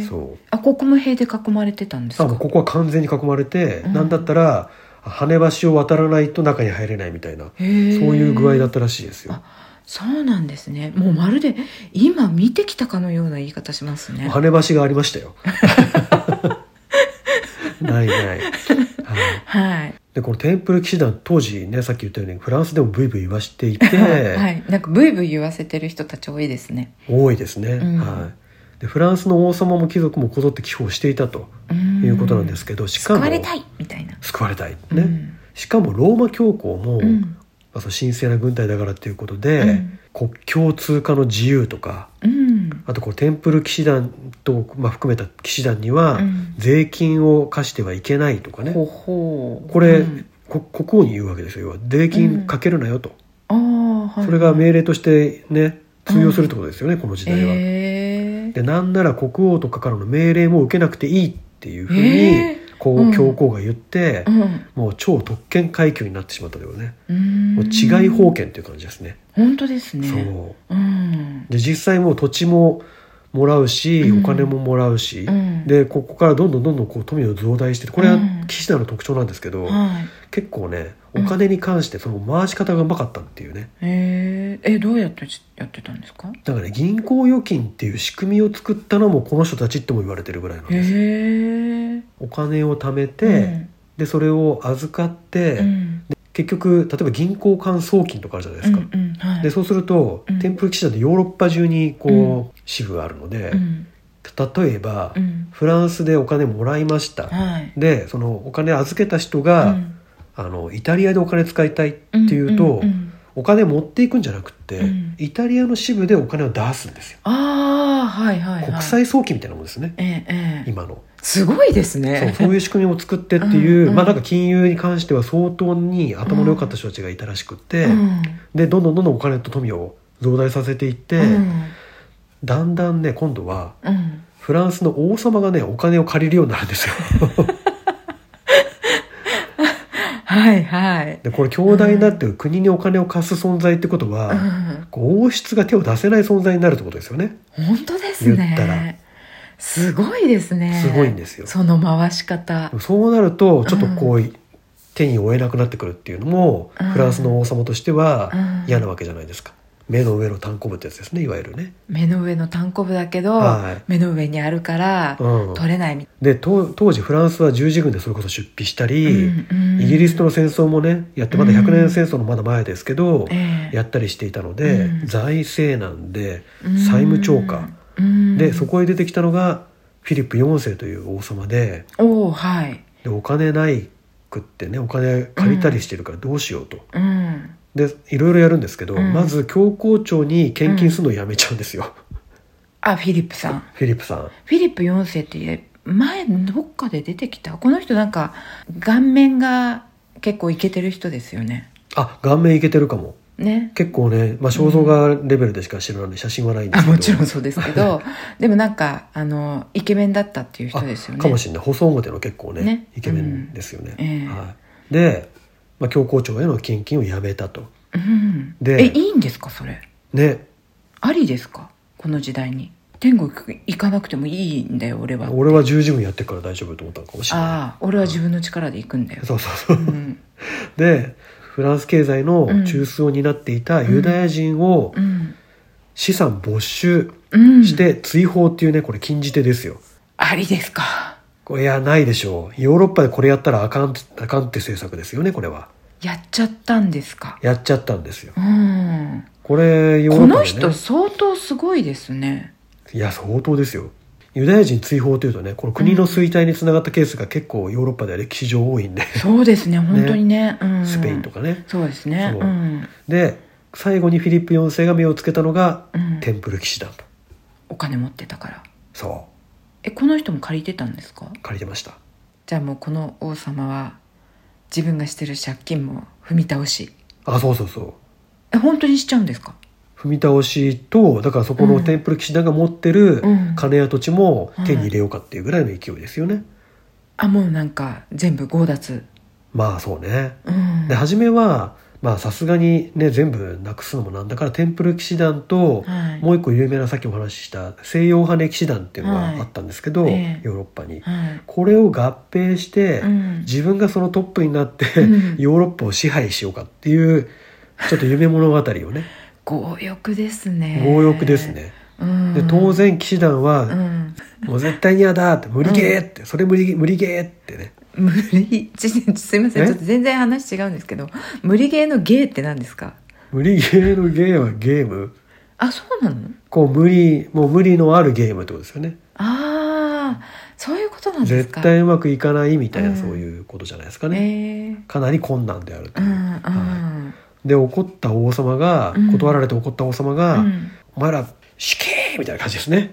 S1: え
S2: そう
S1: あここも塀で囲まれてたんです
S2: 多
S1: か
S2: 分ここは完全に囲まれて、
S1: うん
S2: なんだったら跳ね橋を渡らないと中に入れないみたいな、
S1: そう
S2: そういう具合だったらしいですよ
S1: あそうなんですねもうまるで今見てきたかのような言い方しますね
S2: 跳ね橋がありましたよ ないない、はい、
S1: はい
S2: でこのテンプル騎士団当時ねさっき言ったようにフランスでもブイブイ言わしていて、
S1: はいなんかブイブイ言わせてる人たち多いですね
S2: 多いですね、
S1: うん
S2: はい、でフランスの王様も貴族もこぞって寄付をしていたということなんですすけど、し
S1: 救
S2: かも
S1: われたいみたいな
S2: 救われたいね、
S1: うん
S2: しかもローマ教皇も、
S1: うん
S2: まあ、その神聖な軍隊だからということで、
S1: うん
S2: 国境通過の自由とか
S1: うん
S2: あとこうテンプル騎士団と、まあ、含めた騎士団には
S1: うん
S2: 税金を課してはいけないとかね、
S1: ほうほう
S2: これ、
S1: うん
S2: こ国王に言うわけですよ要は税金かけるなよと、
S1: ああはい
S2: それが命令としてね通用するってことですよね、この時代は。
S1: えー
S2: でなんなら国王とかからの命令も受けなくていいっていうふうに、
S1: え
S2: こ
S1: うん
S2: う教皇が言って、
S1: うん
S2: もう超特権階級になってしまったというね、
S1: うーん
S2: もう違い封建という感じですね。
S1: 本当ですね
S2: そう
S1: うん
S2: うで実際もう土地ももらうし、
S1: うん
S2: お金ももらうし、
S1: うん
S2: でここからどんどんどんどんこう富を増大してこれ
S1: う
S2: は
S1: ん
S2: 騎士団の特徴なんですけど、
S1: はい
S2: 結構ね
S1: う
S2: お
S1: ん
S2: 金に関してその回し方がうまかったっていうね
S1: えー、えどうやってやってたんですか
S2: だからね銀行預金っていう仕組みを作ったのもこの人たちとも言われてるぐらいなん
S1: へえ
S2: です、
S1: ー、
S2: お金を貯めて、
S1: うん
S2: でそれを預かって、
S1: うん
S2: 結局例えば銀行間送金とかあるじゃないですか、
S1: うんうんはい、
S2: でそうすると、
S1: うん
S2: テンプル記者でヨーロッパ中にこう、支部があるので、
S1: うん
S2: 例えば、
S1: うん
S2: フランスでお金もらいました、
S1: はい
S2: でそのお金預けた人
S1: う
S2: が、
S1: ん
S2: あのイタリアでお金使いたいっていうと、
S1: んんん
S2: お金持っていくんじゃなくって、
S1: うん
S2: イタリアの支部でお金を出すんですよ、
S1: ああはいはい、はい、
S2: 国際送金みたいなもんですね
S1: ええええ
S2: 今の
S1: すごいです
S2: そう
S1: ね
S2: そういう仕組みを作ってっていう
S1: うんうん
S2: まあなんか金融に関しては相当に頭の良かった人たちがいたらしくって、
S1: うん
S2: でどんどんどんどんお金と富を増大させていって、
S1: うん
S2: だんだんね今度は
S1: うん
S2: フランスの王様がねお金を借りるようになるん ですよ
S1: はいはい、
S2: でこれ強大になってる国にお金を貸す存在ってことは、
S1: うん、
S2: こう王室が手を出せない存在になるってことですよね
S1: 本当ですね
S2: 言ったら
S1: すごいですね
S2: すごいんですよ
S1: その回し方
S2: そうなるとちょっとこう、手に負えなくなってくるっていうのも、
S1: うん
S2: フランスの王様としては
S1: うん
S2: 嫌なわけじゃないですか目の上の単行部ってやつですねいわゆるね、
S1: 目の上の単行部だけど、
S2: はい
S1: 目の上にあるから、
S2: うん、
S1: 取れないみ
S2: でと当時フランスは十字軍でそれこそ出費したり、
S1: うんうん
S2: イギリスとの戦争もねやってまだ
S1: うん
S2: 100年戦争のまだ前ですけど、
S1: ええ
S2: やったりしていたので、
S1: うん
S2: 財政難で債務超過、
S1: うん
S2: でそこへ出てきたのがフィリップ4世という王様で
S1: おおはい
S2: でお金ないくってねお金借りたりしてるからどうしようと。
S1: うん
S2: でいろいろやるんですけど、
S1: うん
S2: まず教皇庁に献金するのをやめちゃうんですよ、
S1: あフィリップさん
S2: フィリップさん
S1: フィリップ4世って前どっかで出てきたこの人なんか顔面が結構イケてる人ですよね
S2: あ顔面いけてるかも
S1: ね
S2: 結構ね、まあ、肖像画レベルでしか知らない、写真はないんで
S1: あ
S2: すけど
S1: もちろんそうですけど でもなんかあのイケメンだったっていう人ですよね
S2: かもしれない細表の結構ね
S1: ね
S2: イケメンですよね、
S1: うんええ
S2: はい、で、まあ、教皇庁への献金をやめたと
S1: うん、
S2: で
S1: えいいんですかそれ
S2: ね
S1: ありですかこの時代に天国行かなくてもいいんだよ俺は
S2: 俺は十字軍やってるから大丈夫と思ったのかもしれな
S1: ああ俺は自分の力で行くんだよ
S2: い、そうそうそう
S1: うん
S2: でフランス経済の中枢を担っていたユダヤ人を
S1: うん
S2: 資産没収
S1: うん、
S2: して追放っていうねこれ禁じ手ですよ
S1: ありですか
S2: これいやないでしょうヨーロッパでこれやったらあかんあかんって政策ですよねこれは
S1: やっちゃったんですか
S2: やっちゃったんですよ
S1: うん
S2: これヨー
S1: こ
S2: ロッパで、ね、
S1: の人相当すごいですね
S2: いや相当ですよユダヤ人追放というとねこの国の衰退につながったケースが結構ヨーロッパでは歴史上多いんで、
S1: そうですね本当にねうん、
S2: スペインとかね
S1: そうですね
S2: そ
S1: う、
S2: う
S1: ん
S2: で最後にフィリップ4世が目をつけたのが、
S1: うん
S2: テンプル騎士団と
S1: お金持ってたから
S2: そ
S1: えこの人も借りてたんですか
S2: う借りてました
S1: じゃあもうこの王様は自分がしてる借金も踏み倒し
S2: あそうそうそう
S1: え本当にしちゃうんですか
S2: 踏み倒しとだからそこ
S1: う
S2: の
S1: ん
S2: テンプル騎士団が持ってる
S1: うん
S2: 金や土地も手に入れようかっていうぐらいの勢いですよね、
S1: あもうなんか全部強奪
S2: まあそうね
S1: うん
S2: で初めはまあさすがにね全部なくすのもなんだからテンプル騎士団と、
S1: はい
S2: もう一個有名なさっきお話しした西洋派の騎士団っていうのが
S1: はい
S2: あったんですけど、
S1: ええ
S2: ヨーロッパに、
S1: はい
S2: これを合併して、
S1: うん
S2: 自分がそのトップになって、
S1: うん
S2: ヨーロッパを支配しようかっていうちょっと夢物語をね
S1: 強欲ですね
S2: 強欲です、ね、
S1: うん、
S2: で当、然騎士団
S1: う
S2: は、
S1: ん、
S2: もう絶対に嫌だって無理ゲーって、それ無理無理ゲーってね
S1: 無理ちすいません
S2: え
S1: ちょっと全然話違うんですけど無理ゲーのゲーって何ですか
S2: 無理ゲーのゲーはゲーム
S1: あそうなの
S2: こう無理もう無理のあるゲームってことですよね
S1: ああそういうことなんです
S2: 絶
S1: か
S2: 対うまくいかないみたいな、
S1: うん
S2: そういうことじゃないですかね、
S1: えー
S2: かなり困難であると
S1: う
S2: い
S1: ん
S2: う、
S1: うん
S2: はいで怒った王様が、
S1: うん
S2: 断られて怒った王様が「
S1: うん
S2: お前ら死刑!」みたいな感じですね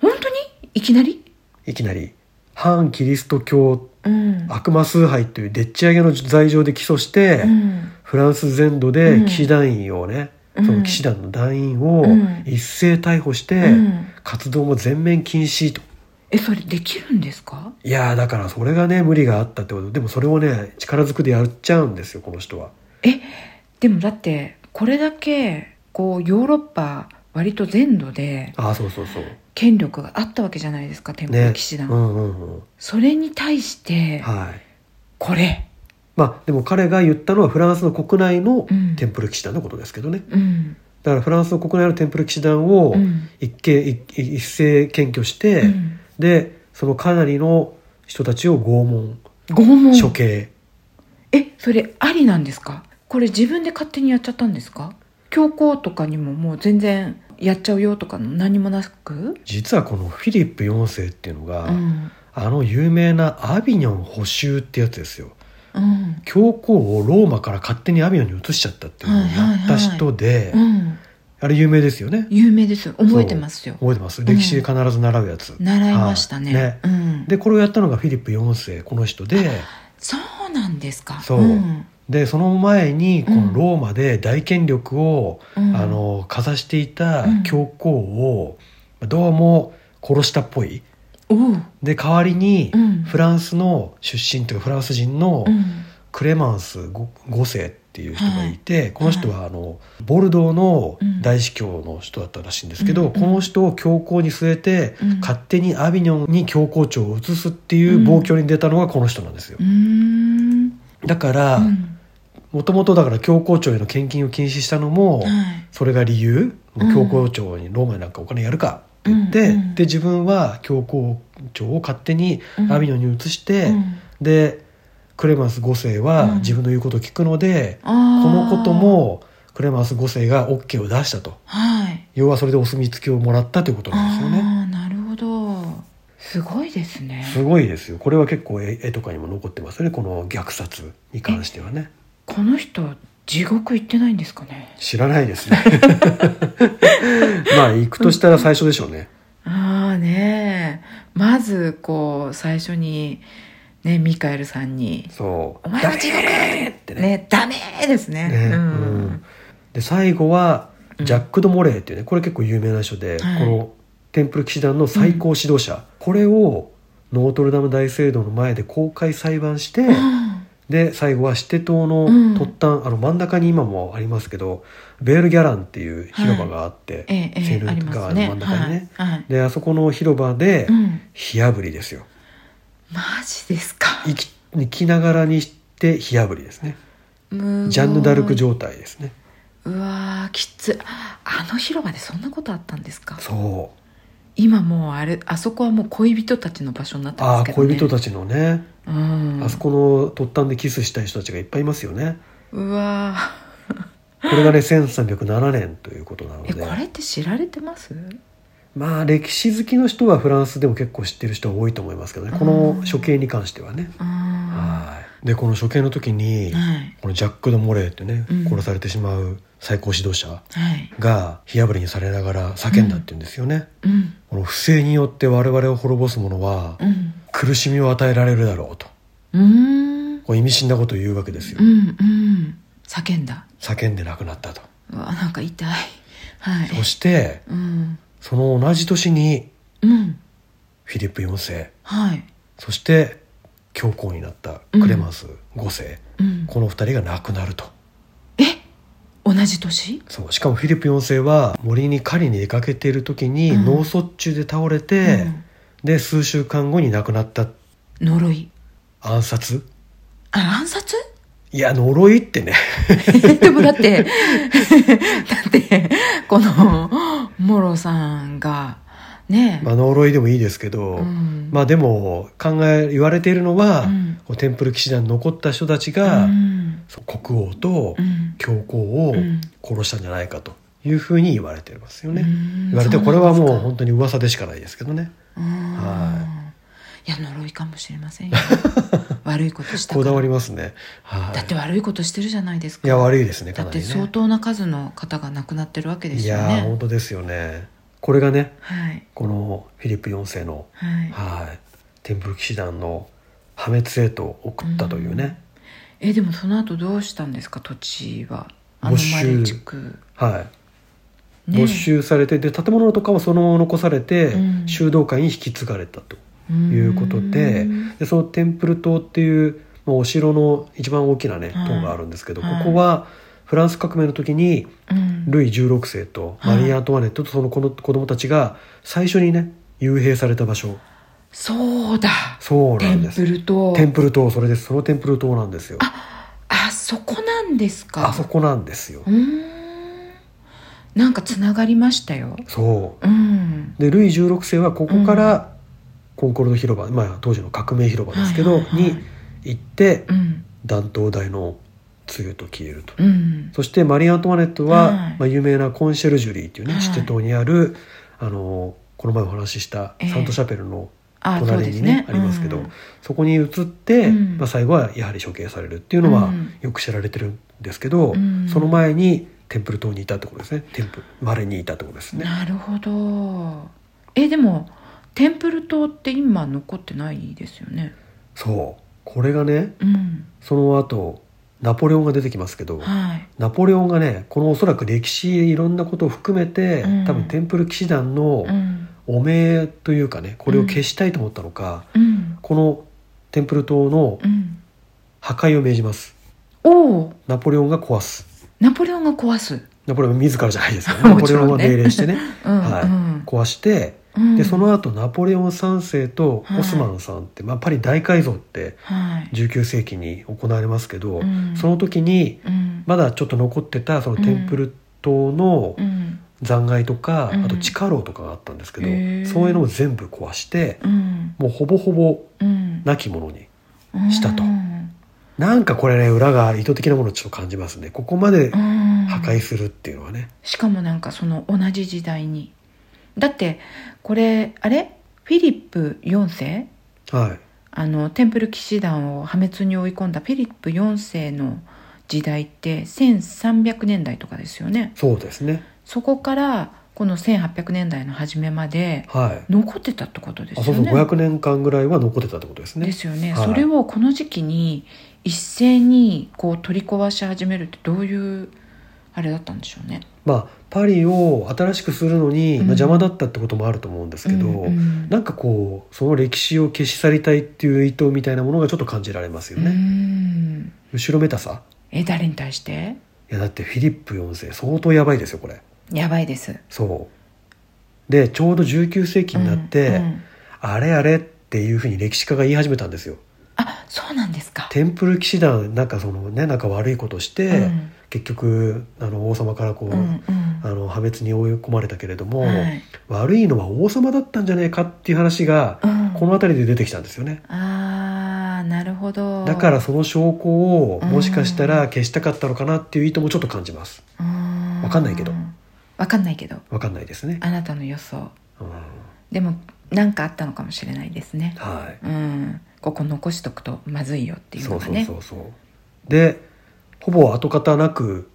S1: 本当にいきなり、
S2: いきなり反キリスト教
S1: うん
S2: 悪魔崇拝というでっち上げの罪状で起訴して、
S1: うん
S2: フランス全土
S1: う
S2: で
S1: ん
S2: 騎士団員をね、
S1: うん
S2: その騎士団の団員を
S1: うん
S2: 一斉逮捕して、
S1: うん
S2: 活動も全面禁止と。
S1: えそれできるんですか
S2: いやーだからそれがね無理があったってことでもそれをね力ずくでやっちゃうんですよこの人は。
S1: えでもだってこれだけこうヨーロッパ割と全土で
S2: ああそうそうそう。
S1: 権力があったわけじゃないですか天
S2: ね
S1: 保騎士団、
S2: うんうんうん。
S1: それに対して
S2: はい。
S1: これ
S2: まあでも彼が言ったのはフランスの国内の
S1: うん
S2: テンプル騎士団のことですけどね。
S1: うん
S2: だからフランスの国内のテンプル騎士団を
S1: うん
S2: 一け一一斉検挙して、
S1: うん
S2: でそのかなりの人たちを拷問、
S1: 拷問
S2: 処刑
S1: えそれありなんですかこれ自分で勝手にやっちゃったんですか教皇とかにももう全然やっちゃうよとかの何もなく
S2: 実はこのフィリップ4世っていうのが、
S1: うん
S2: あの有名なアビニョン捕囚ってやつですよ。
S1: うん
S2: 教皇をローマから勝手にアビニョンに移しちゃったっていうのをやった人で、
S1: うん
S2: あれ有名ですよね
S1: 有名です覚えてますよ
S2: 覚えてます歴史で必ず習うやつ、
S1: 習いましたね,、
S2: はいね
S1: うん、
S2: でこれをやったのがフィリップ4世この人で
S1: そうなんですか
S2: そう
S1: うん
S2: でその前にこ
S1: うん
S2: のローマで大権力を、
S1: うん
S2: あのかざしていた
S1: うん
S2: 教皇をどうも殺したっぽい
S1: おう
S2: で代わりに
S1: うん
S2: フランスの出身というかフランス人の
S1: うん
S2: クレマンス 5, 世っていう人がいて、この人はあのボルドーの大司教の人だったらしいんですけど、
S1: うん
S2: この人を教皇に据えて、
S1: うん
S2: 勝手にアビニョンに教皇庁を移すっていう暴挙に出たのがこの人なんですよ
S1: うー。ん
S2: だから
S1: うん
S2: もともとだから教皇庁への献金を禁止したのも、
S1: はい
S2: それが理由
S1: うん
S2: 教皇庁にローマになんかお金やるかって言って、
S1: うんうん
S2: で自分は教皇庁を勝手にアビニョンに移して、
S1: うん
S2: でクレマンス5世
S1: うん
S2: は自分の言うことを聞くので、
S1: あー
S2: このこともクレマンス5世が OK を出したと
S1: はい
S2: 要はそれでお墨付きをもらったということなんですよね
S1: ああなるほどすごいですね
S2: すごいですよこれは結構絵絵とかにも残ってますよねこの虐殺に関してはね
S1: この人地獄行ってないんですかね
S2: 知らないですね まあ行くとしたら最初でしょうね
S1: ああねえまずこう最初にねミカエルさんに
S2: そ
S1: 「
S2: う
S1: お前は地獄!」ってねダメーですね
S2: ね
S1: う
S2: うんん、で最後は
S1: うん
S2: ジャック・ド・モレーっていうねこれ結構有名な人で、
S1: はい
S2: このテンプル騎士団の最高指導者、これをノートルダム大聖堂の前で公開裁判して、
S1: うん
S2: で最後はシテ島の
S1: うん
S2: 突端、あの真ん中に今もありますけどベール・ギャランっていう広場があって、
S1: えええ
S2: セ
S1: えあ
S2: ー
S1: り
S2: ヌ
S1: ま
S2: 川
S1: す
S2: の
S1: ね
S2: 真ん中にね。
S1: はい、はい
S2: であそこの広場で
S1: うん、
S2: 火あぶりですよ
S1: マジですか
S2: 生き生きながらにして火あぶりですね
S1: 無
S2: ジャンヌ・ダルク状態ですね
S1: うわーきつあの広場でそんなことあったんですか
S2: そう
S1: 今もうあれあそこはもう恋人たちの場所になって
S2: あ
S1: ま
S2: あ
S1: すけど、ね、
S2: 恋人たちのね、
S1: うん、
S2: あそこの突端でキスしたい人たちがいっぱいいますよね
S1: うわ
S2: これがね1307年ということなの
S1: ーえ
S2: で
S1: これって知られてます
S2: まあ歴史好きの人はフランスでも結構知ってる人は多いと思いますけどねこの処刑に関してはね、
S1: うんは
S2: はいでこの処刑の時に、
S1: いはい
S2: このジャック・ド・モレーってね、
S1: うん
S2: 殺されてしまう最高指導者が火あぶりにされながら叫んだっていうんですよね、
S1: うん
S2: この不正によって我々を滅ぼす者は
S1: うん
S2: 苦しみを与えられるだろうと
S1: うーん
S2: こう意味深なことを言うわけですよ、
S1: うんうん叫んだ
S2: 叫んで亡くなったと
S1: うわなんか痛いはい
S2: そして
S1: うん
S2: その同じ年に
S1: うん
S2: フィリップ4世
S1: はい
S2: そして教皇になったクレマンス5世、
S1: うん
S2: この2人が亡くなると
S1: 同じ年
S2: そうしかもフィリップ4世は森に狩りに出かけている時に
S1: うん
S2: 脳卒中で倒れて、で数週間後に亡くなった
S1: うん呪い
S2: 暗殺
S1: あ暗殺
S2: いや呪いってね
S1: でもだってだってこのモロさんがねえ、
S2: まあ呪いでもいいですけど、
S1: うん
S2: まあでも考え言われているのは、
S1: うん
S2: こうテンプル騎士団に残った人たちが、
S1: うん
S2: そう国王と
S1: うん
S2: 教皇を
S1: うん
S2: 殺したんじゃないかというふうに言われてますよね、
S1: うん
S2: 言われて
S1: そう
S2: これ
S1: な
S2: は
S1: んですか
S2: もう本当に噂でしかないですけどね
S1: うん
S2: はい
S1: や呪いかもしれませんよ悪いことしたか
S2: こ
S1: ら
S2: だわりますね、はい、
S1: だって悪いことしてるじゃないですか
S2: いや悪いですねか
S1: だ
S2: な
S1: っ
S2: り
S1: て
S2: ね
S1: 相当な数の方が亡くなってるわけで
S2: い
S1: すよ
S2: やー
S1: ね
S2: 本当ですよねこれがね
S1: はい
S2: このフィリップ4世の、
S1: はい
S2: はい、テンプル騎士団の破滅へと送ったというね、
S1: えでもその後どうしたんですか土地はあの
S2: 没収
S1: マレ地区
S2: はい没収されてで建物とかもそのまま残されて、
S1: うん
S2: 修道会に引き継がれたと
S1: と
S2: いうことででそのテンプル島っていう、まあ、お城の一番大きなね
S1: はい
S2: 塔があるんですけど、
S1: はい
S2: ここはフランス革命の時にルイ16世とマリー・アントワネットとその子の子供たちが最初にね幽閉された場所
S1: そうだ
S2: そうな
S1: テ
S2: ん
S1: ン
S2: です
S1: プルと
S2: テンプル島それですそのテンプル島なんですよあ
S1: あそこなんですか
S2: そこなんですよ
S1: うーんなんかつながりましたよ
S2: そ
S1: うん
S2: うでルイ16世はここからコンコルド広場、まあ、当時の革命広場ですけど、
S1: はいはいはい
S2: に行って
S1: うん
S2: 断頭台の露と消えると、
S1: うん
S2: そしてマリー・アントワネットは、
S1: はい
S2: まあ、有名なコンシェルジュリーっていうね、
S1: はい
S2: シテ島にあるあのこの前お話しした
S1: ええ
S2: サントシャペルの
S1: あそう
S2: 隣
S1: です
S2: にね
S1: ね
S2: ありますけど、
S1: うん
S2: そこに移って、
S1: うん
S2: まあ、最後はやはり処刑されるっていうのは、
S1: うん
S2: よく知られてるんですけど、
S1: うん
S2: その前にテンプル島にいたってことですねテンプルマレにいたってことですね
S1: なるほどえでもテンプル島って今残ってないですよね
S2: そうこれがね
S1: うん
S2: その後ナポレオンが出てきますけど、
S1: はい
S2: ナポレオンがねこのおそらく歴史いろんなことを含めて、
S1: うん
S2: 多分テンプル騎士団の
S1: うん
S2: 汚名というかねこれを消したいと思ったのか、
S1: うん
S2: このテンプル島の
S1: うん
S2: 破壊を命じます
S1: おお
S2: ナポレオンが壊す
S1: ナポレオンが壊す、
S2: ナポレオン自らじゃないですよ、 ね、ナ
S1: も
S2: ポ
S1: ち
S2: レオ
S1: ろ
S2: ン
S1: んね
S2: は命令してね
S1: うん
S2: はい
S1: うん
S2: 壊して
S1: うん
S2: でその後ナポレオン3世と
S1: はい
S2: オスマンさんって、まあ、パリ大改造って
S1: はい、
S2: 19世紀に行われますけ
S1: う
S2: ど、
S1: ん
S2: その時に
S1: うん
S2: まだちょっと残ってたそのテンプル島の
S1: うん
S2: 残骸とか、
S1: うん
S2: あと地下牢とかがあったんですけど、
S1: へー
S2: そういうのを全部壊して
S1: うん
S2: もうほぼほぼ
S1: うん
S2: なきものにした
S1: 下
S2: と
S1: うん
S2: なんかこれね裏が意図的なものをちょっと感じますねここまで
S1: うん
S2: 破壊するっていうのはね、
S1: しかもなんかその同じ時代にだってこれあれフィリップ4世
S2: はい
S1: あのテンプル騎士団を破滅に追い込んだフィリップ4世の時代って1300年代とかですよね
S2: そうですね
S1: そこからこの1800年代の初めまで
S2: はい
S1: 残ってたってことで
S2: あ
S1: す
S2: そ
S1: よ
S2: うそう
S1: ね。
S2: 500年間ぐらいは残ってたってことです
S1: で
S2: ね
S1: すよね、
S2: はい
S1: それをこの時期に一斉にこう取り壊し始めるってどういうあれだったんでしょうね。
S2: まあパリを新しくするの
S1: うん
S2: に、まあ、邪魔だったってこともあると思うんですけど、
S1: うんうん
S2: なんかこうその歴史を消し去りたいっていう意図みたいなものがちょっと感じられますよ
S1: う
S2: ね、
S1: ん
S2: 後ろめたさ
S1: え誰に対して
S2: いやだってフィリップ4世相当やばいですよこれ
S1: やばいです。
S2: そうでちょうど19世紀になって、
S1: うんうん
S2: あれあれっていうふうに歴史家が言い始めたんですよ
S1: あそうなんですか。
S2: テンプル騎士団なんかそのねなんか悪いことして、
S1: うん
S2: 結局あの王様からこう、
S1: うんうん
S2: あの破滅に追い込まれたけれども、
S1: はい
S2: 悪いのは王様だったんじゃねえかっていう話が、
S1: うん
S2: この辺りで出てきたんですよね
S1: あーなるほど
S2: だからその証拠を
S1: うん
S2: もしかしたら消したかったのかなっていう意図もちょっと感じます
S1: わ
S2: わかんないけど
S1: わかんないけど
S2: わかんないですね、
S1: あなたの予想
S2: うん
S1: でも何かあったのかもしれないですね
S2: はい
S1: うんここ残しとくとまずいよっていう
S2: そ
S1: の
S2: う
S1: が
S2: そう
S1: ね
S2: そうそうでほぼ跡形なく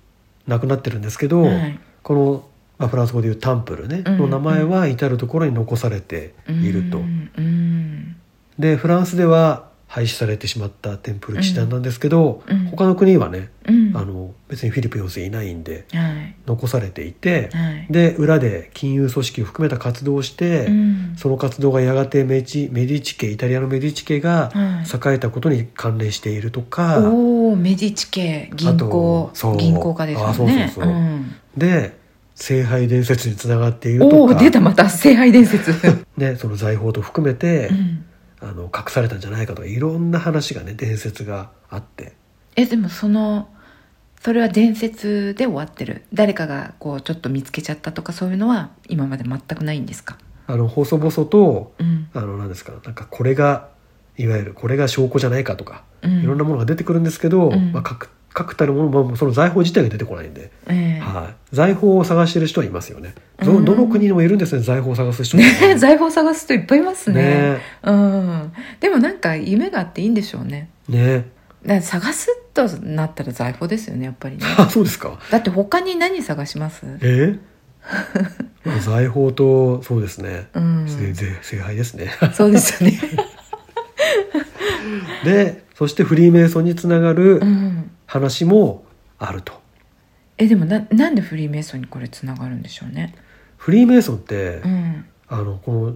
S2: なくなってるんですけど、
S1: はい
S2: この、まあ、フランス語でいうタンプルね、
S1: うん
S2: の名前は至る所に残されていると、
S1: うんうん
S2: でフランスでは廃止されてしまったテンプル騎士団なんですけど、
S1: うん
S2: 他の国はね、
S1: うん
S2: あの別にフィリップ4世いないんで
S1: はい
S2: 残されていて、
S1: はい
S2: で裏で金融組織を含めた活動をして、
S1: うん
S2: その活動がやがてメチメディチ家イタリアのメディチ家が
S1: はい
S2: 栄えたことに関連しているとか、
S1: おおメディチ家銀行
S2: あとそう
S1: 銀行家ですよね
S2: あそうそうそうんで聖杯伝説につながっている
S1: お
S2: と
S1: お
S2: か
S1: 出たまた聖杯伝 説
S2: ね、その財宝と含めて、
S1: うん
S2: あの隠されたんじゃないかとかいろんな話がね伝説があって
S1: えでもそのそれは伝説で終わってる誰かがこうちょっと見つけちゃったとかそういうのは今まで全くないんですか
S2: あの細々と
S1: うん
S2: あの何ですかなんかこれがいわゆるこれが証拠じゃないかとか、
S1: うん
S2: いろんなものが出てくるんですけど、
S1: うん
S2: まあ、確確たるものも、まあその財宝自体が出てこないんで、
S1: ええ
S2: はい、財宝を探してる人はいますよね
S1: う
S2: ど
S1: ん
S2: どの国にもいるんですね財宝を探す人
S1: ね え財宝探す人いっぱいいますね
S2: ね
S1: うんでもなんか夢があっていいんでしょうね
S2: ね
S1: だから探すとなったら財宝ですよねやっぱ りね
S2: あそうですか
S1: だって他に何探します
S2: え まあ財宝とそうですね
S1: うん
S2: せぜ聖杯ですね
S1: そうですよね
S2: でそしてフリーメイソンにつながる
S1: うん
S2: 話もあると、
S1: えでもななんでフリーメイソンにこれつながるんでしょうね
S2: フリーメイソンって、
S1: うん
S2: あのこの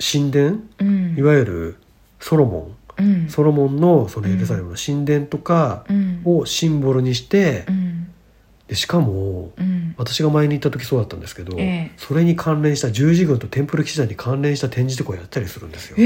S2: 神殿
S1: うん
S2: いわゆるソロモ
S1: うん
S2: ンソロモンのそのエルサレムの神殿とか
S1: うん
S2: をシンボルにして
S1: うん
S2: でしかも
S1: うん
S2: 私が前に行った時そうだったんですけど、
S1: ええ
S2: それに関連した十字軍とテンプル騎士団に関連した展示とかをやったりするんですよ
S1: え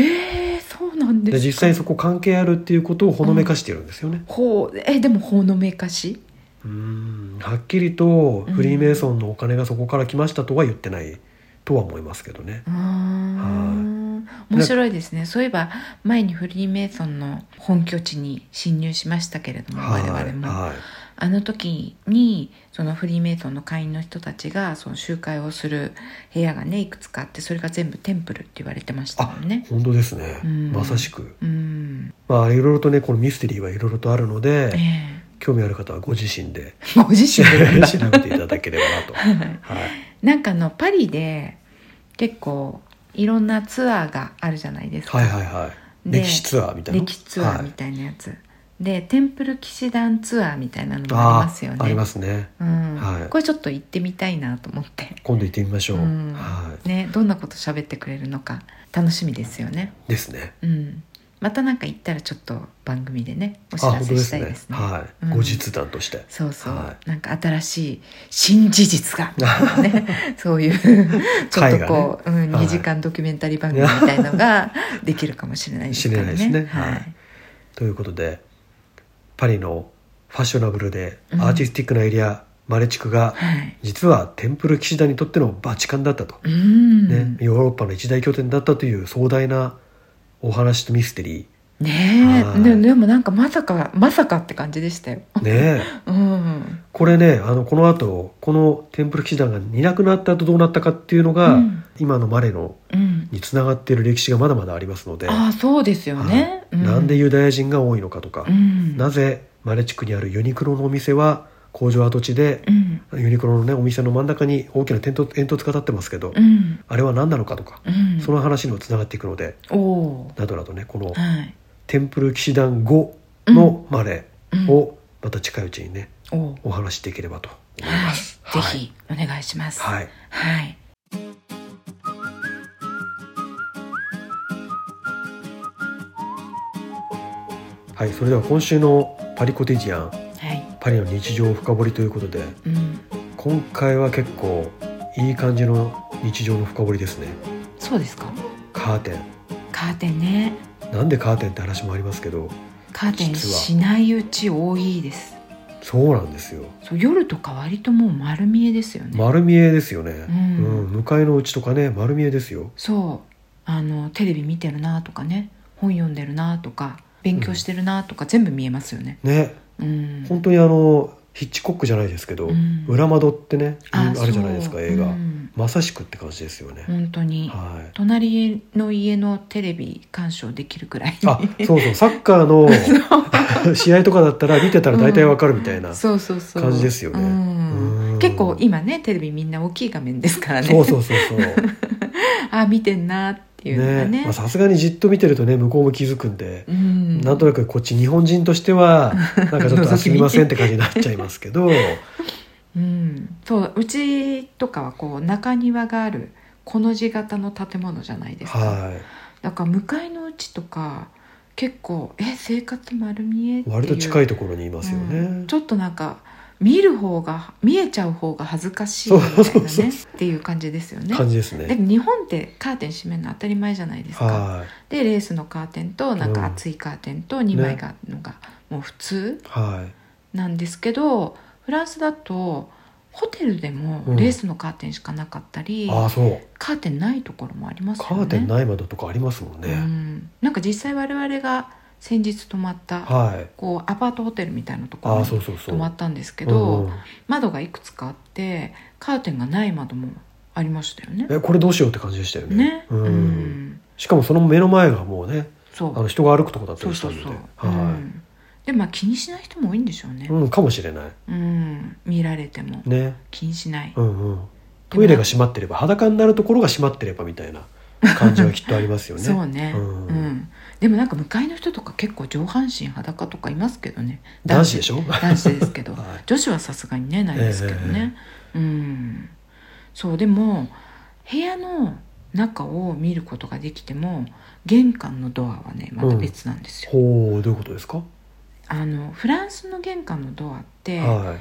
S1: ー、そうなんで
S2: です
S1: か
S2: 実際にそこ関係あるっていうことをほのめかしてるんですよね、
S1: ほうえでも法のめかし
S2: うーんはっきりとフリーメイソンのお金がそこから来ましたとは言ってないとは思いますけどね、
S1: あー面白いですねそういえば前にフリーメイソンの本拠地に侵入しましたけれども
S2: は
S1: 我
S2: い
S1: 々も、
S2: はい
S1: あの時にそのフリーメイソンの会員の人たちがその集会をする部屋がねいくつかあってそれが全部テンプルって言われてましたもんね
S2: 本当ですね、
S1: うん
S2: まさしく
S1: うん
S2: まあいろいろとねこのミステリーはいろいろとあるので、
S1: ええ
S2: 興味ある方はご自身で
S1: ご自
S2: 調
S1: 身でなんだ
S2: べていただければ なと、はい、
S1: なんかあのパリで結構いろんなツアーがあるじゃないですか、
S2: はいはいはい
S1: で
S2: 歴史ツアーみたいな
S1: 歴史ツアーみたいなやつ、でテンプル騎士団ツアーみたいなのもあり
S2: はい
S1: ますよね
S2: あーありますね
S1: うん
S2: はい
S1: これちょっと行ってみたいなと思って
S2: 今度行ってみましょう、
S1: うん
S2: は
S1: ねどんなこと喋ってくれるのか楽しみですよね
S2: いですね
S1: うんまたなんか行ったらちょっと番組でねお知
S2: あ
S1: ら
S2: 本当
S1: せ
S2: で
S1: し
S2: す
S1: たい
S2: ね
S1: ですね
S2: はい、
S1: うん
S2: 後日談として
S1: そうそう、
S2: は
S1: なんか新しい新事実 がみたいなねそういうちょっとこう、うん、
S2: はい
S1: 2時間ドキュメンタリー番組みたいのができるかもしれないですからね。
S2: 知れないですね
S1: はい
S2: はいということでパリのファッショナブルで
S1: うん
S2: アーティスティックなエリア、マレ地区が
S1: はい
S2: 実はテンプル騎士団にとってのバチカンだったと
S1: うーん
S2: ね
S1: ね、
S2: ヨーロッパの一大拠点だったという壮大なお話とミステリは
S1: え
S2: い
S1: ででもなんかまさかまさかって感じでしたよ。
S2: ーね
S1: うん、
S2: これねあのこの後このテンプル騎士団がいなくなった後どうなったかっていうのが、
S1: うん
S2: 今のマレの
S1: うん、
S2: につながっている歴史がまだまだありますので、
S1: ああそうですよね。
S2: はいなんで
S1: う
S2: ユダヤ人が多いのかとか、
S1: ん、
S2: なぜマレ地区にあるユニクロのお店は工場跡地で
S1: う、ん
S2: ユニクロのねお店の真ん中に大きな煙突煙突が立ってますけど、
S1: うん
S2: あれは何なのかとか、
S1: うん、
S2: その話にもつながっていくので
S1: おお
S2: などなどねこの
S1: ー、はい、
S2: テンプル騎士団後のマレ
S1: うん
S2: をまた近いうちにね、
S1: おおー、
S2: お話しできればと思い
S1: は
S2: ま
S1: い、
S2: す。
S1: ぜひお願いします。
S2: はい、はい
S1: はい。
S2: はいそれでは今週のパリコテジアン
S1: はい。
S2: パリの日常を深掘りということで
S1: うん。
S2: 今回は結構いい感じの日常の深掘りですね
S1: そうですか。
S2: カーテ
S1: カーテンね。
S2: ンなんでカーテンって話もありますけど
S1: カーテン
S2: 実は
S1: しないうち多いです。
S2: そうなんですよ
S1: そう夜とか割ともう丸見えですよね。
S2: 丸見えですよね、
S1: うん
S2: うん向かいのうちとかね丸見えですよ
S1: そう。あのテレビ見てるなとかね、本読んでるなとか、勉強してるなとか、全部見えますよね。
S2: ね
S1: うん。
S2: 本当にあのヒッチコックじゃないですけど、
S1: うん
S2: 裏窓ってねあるじゃないですか
S1: そう
S2: 映画、
S1: うん
S2: まさしくって感じですよね、
S1: 本当に。
S2: はい
S1: 隣の家のテレビ鑑賞できるくらい
S2: あそうそうサッカーの試合とかだったら見てたら大体わかるみたいな、そ
S1: そうそうそう
S2: 感じですよね
S1: うん
S2: うん
S1: 結構今ねテレビみんな大きい画面ですから
S2: う
S1: ね
S2: そうそ うそう
S1: あ見てんなっていうのがね
S2: ねまあさすがにじっと見てるとね向こうも気づくんで、
S1: うん、
S2: なんとなくこっち日本人とし てはなんかちょっとあすみませんって感じになっちゃいますけど
S1: うん、そううちとかはこう中庭があるこの字型の建物じゃないですか、
S2: は
S1: だから向かいのうちとか結構え生活丸見えっ
S2: い
S1: ていう
S2: 割と近いところにいますよね、
S1: うんちょっとなんか見る方が見えちゃう方が恥ずかしい
S2: そう
S1: みたいな
S2: そうそう
S1: ねっていう感じですよね。
S2: 感じです
S1: で
S2: ね
S1: 日本ってカーテン閉めるの当たり前じゃないですか。
S2: はい
S1: でレースのカーテンとなん
S2: うん
S1: か厚いカーテンと2枚がのがもう普通
S2: は
S1: なんですけど、フランスだとホテルでも
S2: うん
S1: レースのカーテンしかなかったり、
S2: いああそう
S1: カーテンないところもありますよね。
S2: カーテンない窓とかありますもんね、
S1: うん、なんか実際我々が先日泊まった
S2: はい
S1: こうアパートホテルみたいなとこ
S2: あ
S1: ろ
S2: あ
S1: に
S2: そうそうそう
S1: 泊まったんですけ
S2: う
S1: ど、
S2: んうん
S1: 窓がいくつかあってカーテンがない窓もありましたよね。
S2: えこれどうしようって感じでしたよね
S1: ね、
S2: うん
S1: うん
S2: しかもその目の前がもうね
S1: そ
S2: あの
S1: う
S2: 人が歩くとこだった
S1: そ
S2: り
S1: う
S2: した
S1: そう
S2: ので
S1: そう、う
S2: は
S1: んでまあ気にしない人も多いんでしょうね
S2: い、、うん、かもしれない
S1: うん、見られても
S2: ね
S1: 気にしない、
S2: うんうんトイレが閉まってれば裸になるところが閉まってればみたいな感じはきっとありますよね
S1: そうね、
S2: う
S1: うんんでもなんか向かいの人とか結構上半身裸とかいますけどね
S2: 男子でしょ
S1: 男子ですけ ど
S2: はい
S1: 女子はさすがにねないですけどね、うんそうでも部屋の中を見ることができても玄関のドアはねまた別なんですよ、
S2: ほうどういうことですか、
S1: あのフランスの玄関のドアって
S2: は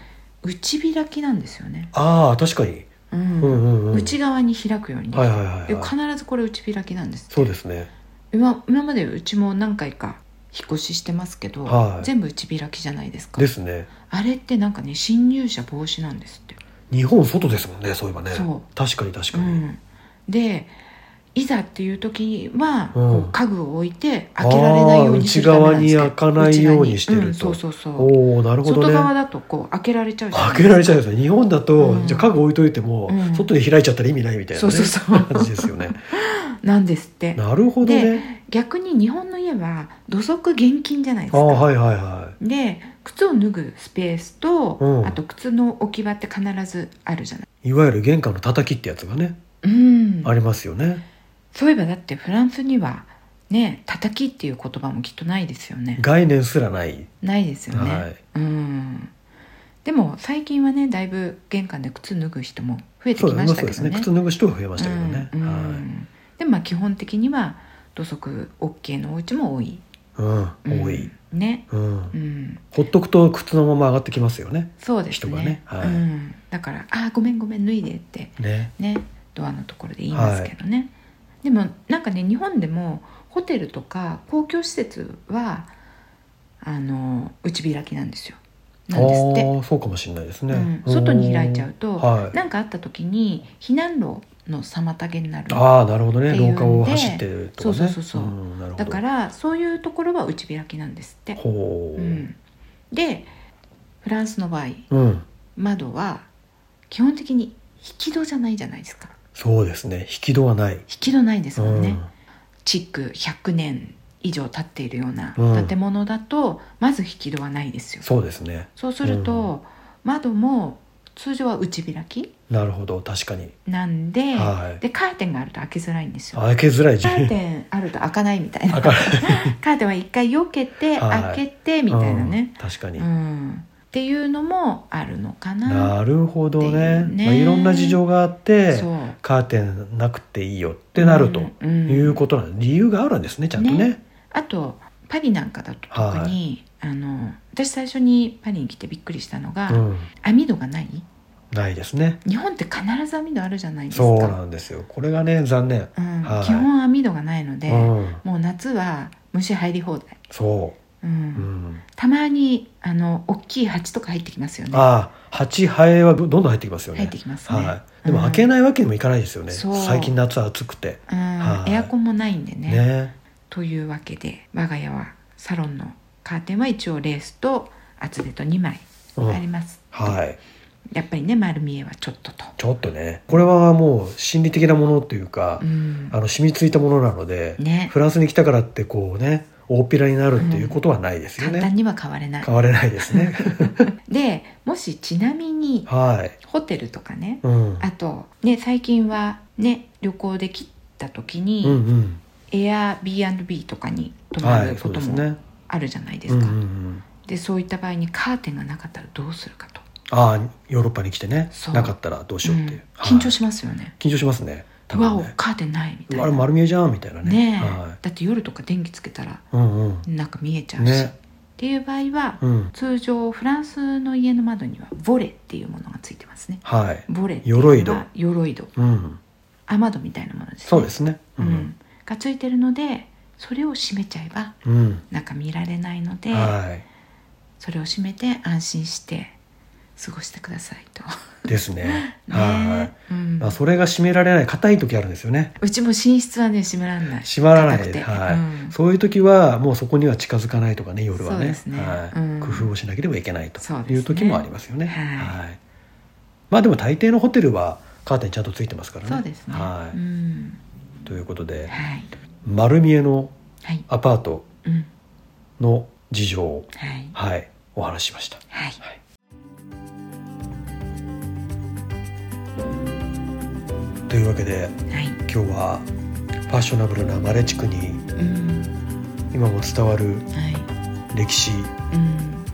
S2: い
S1: 内開きなんですよね、
S2: ああ確かに、
S1: う
S2: うんんうんうん
S1: 内側に開くように、
S2: はいはいはい、
S1: で
S2: はい、
S1: 必ずこれ内開きなんです
S2: そうですね
S1: 今今までうちも何回か引っ越ししてますけど、
S2: はい
S1: 全部内開きじゃないですか
S2: ですね
S1: あれってなんかね侵入者防止なんですって、
S2: 日本外ですもんねそういえばね
S1: そう
S2: 確かに確か
S1: う
S2: に、
S1: ん、でいざっていう時は、
S2: うん
S1: こう家具を置いて開けられないようにするためなんです
S2: あー内側に開かないようにしてる
S1: 内側に
S2: と
S1: うんそうそうそう
S2: おおなるほど
S1: 外側
S2: ね
S1: だとこう開けられちゃうじゃない
S2: 開けられちゃうんですね日本だと、
S1: うん
S2: じゃあ家具置いといても、
S1: うん
S2: 外で開いちゃったら意味ないみたいな、ね、
S1: そうそうそう
S2: 感じです よね
S1: なんですって
S2: なるほどね
S1: 逆に日本の家は土足厳禁じゃないです
S2: あ
S1: か、
S2: あはいはいはい
S1: で靴を脱ぐスペースと、
S2: うん
S1: あと靴の置き場って必ずあるじゃない、
S2: いわゆる玄関の叩きってやつがね、
S1: うん、
S2: ありますよね
S1: そういえばだってフランスにはね叩きっていう言葉もきっとないですよね
S2: 概念すらない
S1: ないですよね、
S2: はい
S1: うんでも最近はねだいぶ玄関で靴脱ぐ人も増えて
S2: そう
S1: き
S2: で
S1: ますした
S2: ね
S1: け
S2: そうで
S1: ど
S2: すね
S1: ね
S2: 靴脱ぐ人が増えましたけどね、
S1: うんうん
S2: はい
S1: でもまあ基本的には土足 OK のお家も多い、
S2: うん、多い、
S1: うんね
S2: うん
S1: うん
S2: ほっとくと靴のまま上がってきますよね
S1: そうです
S2: 人が
S1: ね
S2: ねはい
S1: うん、だから「あーごめんごめん脱いで」って
S2: ね
S1: ねドアのところで言いますけどね、でもなんかね日本でもホテルとか公共施設はあの内開きなんですよなんですって、
S2: ああそうかもしれないですね、
S1: うん、外に開いちゃう
S2: うん
S1: と
S2: はい
S1: 何かあった時に避難路の妨げになる
S2: ああなるほどね
S1: っていうん
S2: 廊
S1: で
S2: 下を走ってるとかね
S1: そうそうそうそうん
S2: なるほど
S1: だからそういうところは内開きなんですって、
S2: ほ
S1: う
S2: う、
S1: ん、でフランスの場合
S2: うん、
S1: 窓は基本的に引き戸じゃないじゃないですか
S2: そうですね引き戸はない、
S1: 引き戸ないですもんね、
S2: うん
S1: 築100年以上経っているような
S2: うん
S1: 建物だと、まず引き戸はないですよ
S2: そうですね
S1: そうすると、窓も通常は内開き
S2: なるほど確かに
S1: なんで,、
S2: はい
S1: でカーテンがあると開けづらいんですよ
S2: 開けづらい
S1: カー
S2: じ
S1: テンあると開かないみたいな
S2: 開か
S1: カーテンは一回避けて
S2: はい
S1: 開けてみたいなね、
S2: うん確かに、
S1: うんっていうのもあるのかな
S2: なるほど
S1: っ
S2: ね
S1: ていうね
S2: まあ、いろんな事情があっ
S1: そ
S2: て
S1: う
S2: カーテンなくていいよってなると
S1: うんうん
S2: いうことなんで、理由があるんですねちゃんとね
S1: ねあとパリなんかだと特に、あの私最初にパリに来てびっくりしたのが、
S2: うん、
S1: 網戸がない
S2: ないですね
S1: 日本って必ず網戸あるじゃないですか
S2: そうなんですよこれがね残念、
S1: うん
S2: はい
S1: 基本網戸がないので、
S2: うん
S1: もう夏は虫入り放題、
S2: そ
S1: うん
S2: う、うん、
S1: たまにあの大きい蜂とか入ってきますよね
S2: ああ蜂ハエはどんどん入ってきますよね
S1: 入ってきますね、
S2: はい、でも開けないわけにもいかないですよね、
S1: そう
S2: 最近夏暑くて
S1: うん
S2: はい
S1: エアコンもないんでね
S2: ね
S1: というわけで我が家はサロンのカーテンは一応レースと厚手と2枚
S2: うん
S1: あります、
S2: はい
S1: やっぱりね丸見えはちょっとと、
S2: ちょっとねこれはもう心理的なものというか、
S1: うん
S2: あの染みついたものなので、
S1: ね
S2: フランスに来たからってこうね大っぴらになるっていうことはないですよ
S1: 簡
S2: ね、
S1: 単には変われない
S2: 変われないですね
S1: でもしちなみに
S2: はい、
S1: ホテルとかね
S2: うん、
S1: あとね最近はね旅行で切った時
S2: うんう
S1: に、
S2: ん
S1: Airbnb とかに泊ま
S2: は
S1: る
S2: いそ
S1: こ
S2: う
S1: と
S2: です
S1: も
S2: ね
S1: あるじゃないで
S2: うん
S1: す
S2: うんう
S1: か、
S2: ん、
S1: でそういった場合にカーテンがなかったらどうするかと、
S2: ああヨーロッパに来てね
S1: そう
S2: なかったらどうし
S1: う
S2: ようってい
S1: ん
S2: う、
S1: 緊張
S2: し
S1: しますよね、
S2: 緊張しますね多
S1: わ
S2: 分
S1: お
S2: ね
S1: カーテンないみた
S2: う
S1: い
S2: わ
S1: な
S2: あれ丸見えじゃんみたいなね
S1: ねえ、
S2: は
S1: だって夜とか電気つけたら
S2: い、うんうん
S1: なんか見えちゃうし、
S2: ね
S1: っていう場合は、
S2: うん
S1: 通常フランスの家の窓にはボレっていうものがついてますね
S2: はい
S1: ボレっていうのは
S2: 鎧戸
S1: 鎧戸
S2: うん
S1: 雨戸みたいなものですね
S2: そうですね
S1: うんがついてるのでそれを閉めちゃえば
S2: うん、うん
S1: 中見られないので、
S2: は
S1: それを閉めて安心して過ごしてくださいと
S2: いですねは
S1: ねえ、う
S2: い、
S1: ん
S2: まあ、それが閉められない硬い時あるんですよね
S1: うちも寝室はね閉まらない
S2: 閉まらな
S1: 硬く
S2: い、
S1: て
S2: はい
S1: うん
S2: そういう時はもうそこには近づかないとかね夜は
S1: そう
S2: ね
S1: ですね
S2: は
S1: う
S2: い
S1: ん
S2: 工夫をしなければいけないと
S1: そうです
S2: い
S1: ね
S2: う時もありますよね
S1: はい
S2: はいまあでも大抵のホテルはカーテンちゃんとついてますからね
S1: そうですね、
S2: はい
S1: うん
S2: ということで
S1: はい
S2: 丸見えの
S1: はい
S2: アパート
S1: うん
S2: の事情を
S1: はい
S2: はいお話ししました
S1: はい
S2: はいというわけで
S1: はい
S2: 今日はファッショナブルなマレ地区に
S1: うん
S2: 今も伝わる
S1: はい
S2: 歴史
S1: うん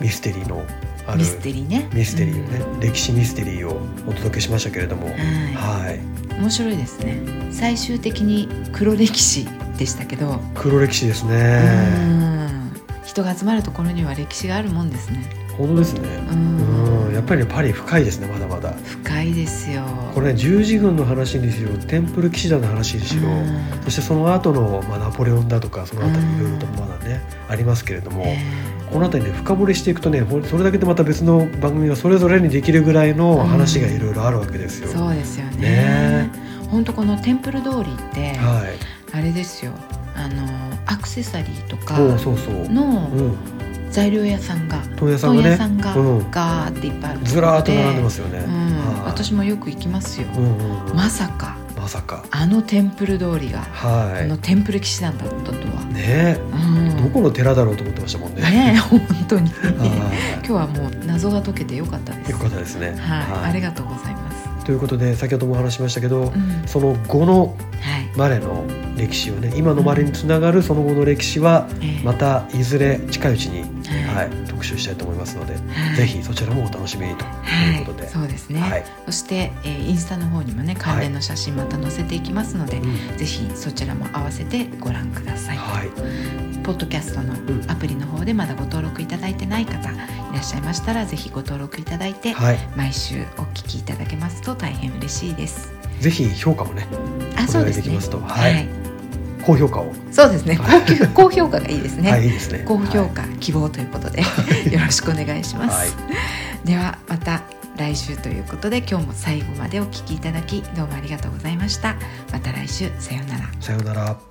S2: ミステリーのある
S1: ミステリーね
S2: ミステリーをね、歴史ミステリーをお届けしましたけれども、
S1: うんは
S2: はい、
S1: い面白いですね最終的に黒歴史でしたけど
S2: 黒歴史ですね。
S1: うん人が集まるところには歴史があるもんですね。
S2: 本当ですね。
S1: う
S2: うんん、やっぱりねパリ深いですね、まだまだ。
S1: 深いですよ。
S2: これね、十字軍の話にしろ、テンプル騎士団の話にしろ、
S1: うん
S2: そしてその後のまあナポレオンだとか、その辺りいろいろとまだね、ありますけれども。
S1: え
S2: この辺りね深掘りしていくとねほんそれだけでまた別の番組がそれぞれにできるぐらいの話がいろいろあるわけです
S1: え
S2: よ。
S1: そうですよね
S2: ね。
S1: 本当このテンプル通りって
S2: はい。
S1: あれですよ。あのアクセサリーとか
S2: そうそうそう。う
S1: の
S2: ん。
S1: 材料屋さんが
S2: 問屋さん
S1: 問
S2: が
S1: 屋
S2: ね
S1: さんが
S2: うん
S1: ガーっていっぱいある
S2: ずらーっと並んでますよね。
S1: うん、
S2: はい
S1: 私もよく行きますよ。
S2: うんうんうん
S1: まさか
S2: まさか
S1: あのテンプル通りがあの
S2: は
S1: テンプル騎士団だったとは。
S2: いねえ
S1: うん
S2: どこの寺だろうと思ってましたもんね
S1: ねえ本当に。
S2: は
S1: 今日はもう謎が解けてよかったで
S2: い
S1: す。
S2: よかったですね
S1: はい、
S2: はい
S1: ありがとうございます。
S2: ということで先ほどもお話ししましたけど
S1: うん、はい、
S2: その後のマレの歴史をね今のマレにつながるその後の歴史は
S1: えー
S2: またいずれ近いうちに、
S1: は
S2: はいい、特集したいと思いますので、
S1: はい
S2: ぜひそちらもお楽しみにと
S1: はい
S2: いうことで、
S1: そうですね。
S2: はい
S1: そして、えーインスタの方にもね関連の写真また載せていきますので、
S2: うん
S1: ぜひそちらも合わせてご覧ください。
S2: はい
S1: ポッドキャストの
S2: ん
S1: アプリの方でまだご登録いただいてない方いらっしゃいましたらぜひご登録いただいて、
S2: はい
S1: 毎週お聞きいただけますと大変嬉しいです。
S2: ぜひ評価もね
S1: あ、
S2: お
S1: そう
S2: 願い
S1: で
S2: ですき
S1: ね
S2: ま。すとはい
S1: はい、
S2: 高評価を、
S1: そうですね。
S2: はい
S1: 高級高評価がいいですね。
S2: はいいいですね
S1: 高評
S2: はい
S1: 価、希望ということでよろしくお願いします、
S2: はい
S1: ではまた来週ということで今日も最後までお聞きいただきどうもありがとうございましたまた来週さようなら
S2: さようなら